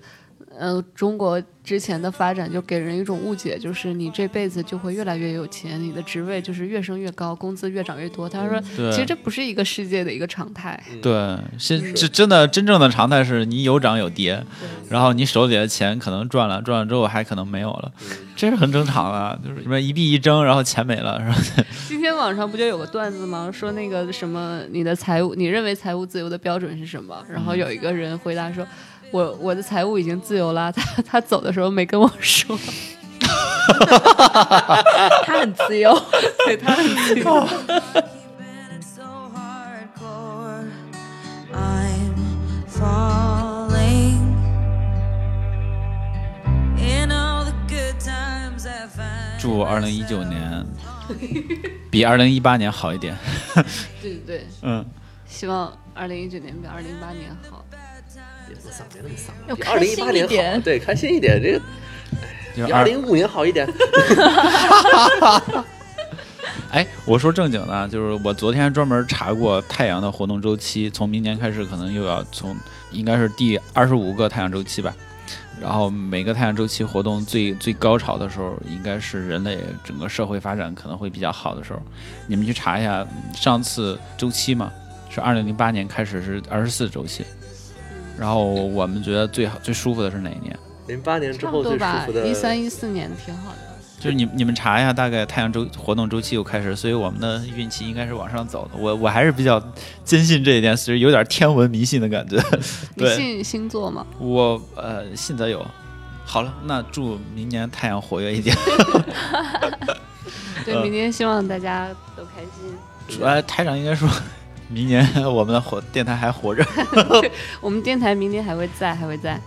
[SPEAKER 4] 呃，中国之前的发展就给人一种误解，就是你这辈子就会越来越有钱，你的职位就是越升越高，工资越涨越多。他说，
[SPEAKER 5] 嗯对
[SPEAKER 4] 其实这不是一个世界的一个常态。
[SPEAKER 5] 对，是这真的真正的常态是你有涨有跌，然后你手里的钱可能赚了，赚了之后还可能没有了，这是很正常的，就是什么一币一挣，然后钱没了，然后
[SPEAKER 4] 今天网上不就有个段子吗？说那个什么，你的财务，你认为财务自由的标准是什么？然
[SPEAKER 5] 嗯
[SPEAKER 4] 后有一个人 回答说。我我的财务已经自由了，他他走的时候没跟我说，
[SPEAKER 7] 他很自由， 对他很自由。
[SPEAKER 8] It's so hardcore. I'm falling. In all the good times I find.
[SPEAKER 5] 祝二零一九年比二零一八年好一点。
[SPEAKER 4] 对对对，
[SPEAKER 5] 嗯，
[SPEAKER 4] 希望二零一九年比二零一八年好。
[SPEAKER 6] 别那么丧，别那么丧，
[SPEAKER 7] 要
[SPEAKER 6] 比
[SPEAKER 7] 开
[SPEAKER 6] 二零一
[SPEAKER 7] 心
[SPEAKER 6] 八
[SPEAKER 7] 一
[SPEAKER 6] 年好，
[SPEAKER 7] 点
[SPEAKER 6] 对，开心一点，这个
[SPEAKER 5] 就是
[SPEAKER 6] 比
[SPEAKER 5] 二
[SPEAKER 6] 二零一五年好 一点。
[SPEAKER 5] 哎，我说正经的啊，就是我昨天还专门查过太阳的活动周期，从明年开始可能又要从应该是第二十五个太阳周期吧。然后每个太阳周期活动最最高潮的时候，应该是人类整个社会发展可能会比较好的时候。你们去查一下嗯上次周期嘛，是二零零八年开始是二十四周期，然后我们觉得最好最舒服的是哪一年？
[SPEAKER 6] 零八年之
[SPEAKER 4] 差不
[SPEAKER 6] 后最
[SPEAKER 4] 多
[SPEAKER 6] 舒
[SPEAKER 4] 吧
[SPEAKER 6] 服，的，
[SPEAKER 4] 一三一四年挺好的。
[SPEAKER 5] 就是你你们查一下，大概太阳周活动周期又开始，所以我们的运气应该是往上走的。我我还是比较坚信这一点，其实有点天文迷信的感觉。
[SPEAKER 4] 你
[SPEAKER 5] 对
[SPEAKER 4] 信星座吗？
[SPEAKER 5] 我呃信则有。好了，那祝明年太阳活跃一点。
[SPEAKER 4] 对，
[SPEAKER 5] 嗯
[SPEAKER 4] 明天希望大家都开心。
[SPEAKER 5] 主哎，台长应该说，明年我们的活电台还活着。
[SPEAKER 4] 我们电台明天还会在，还会在。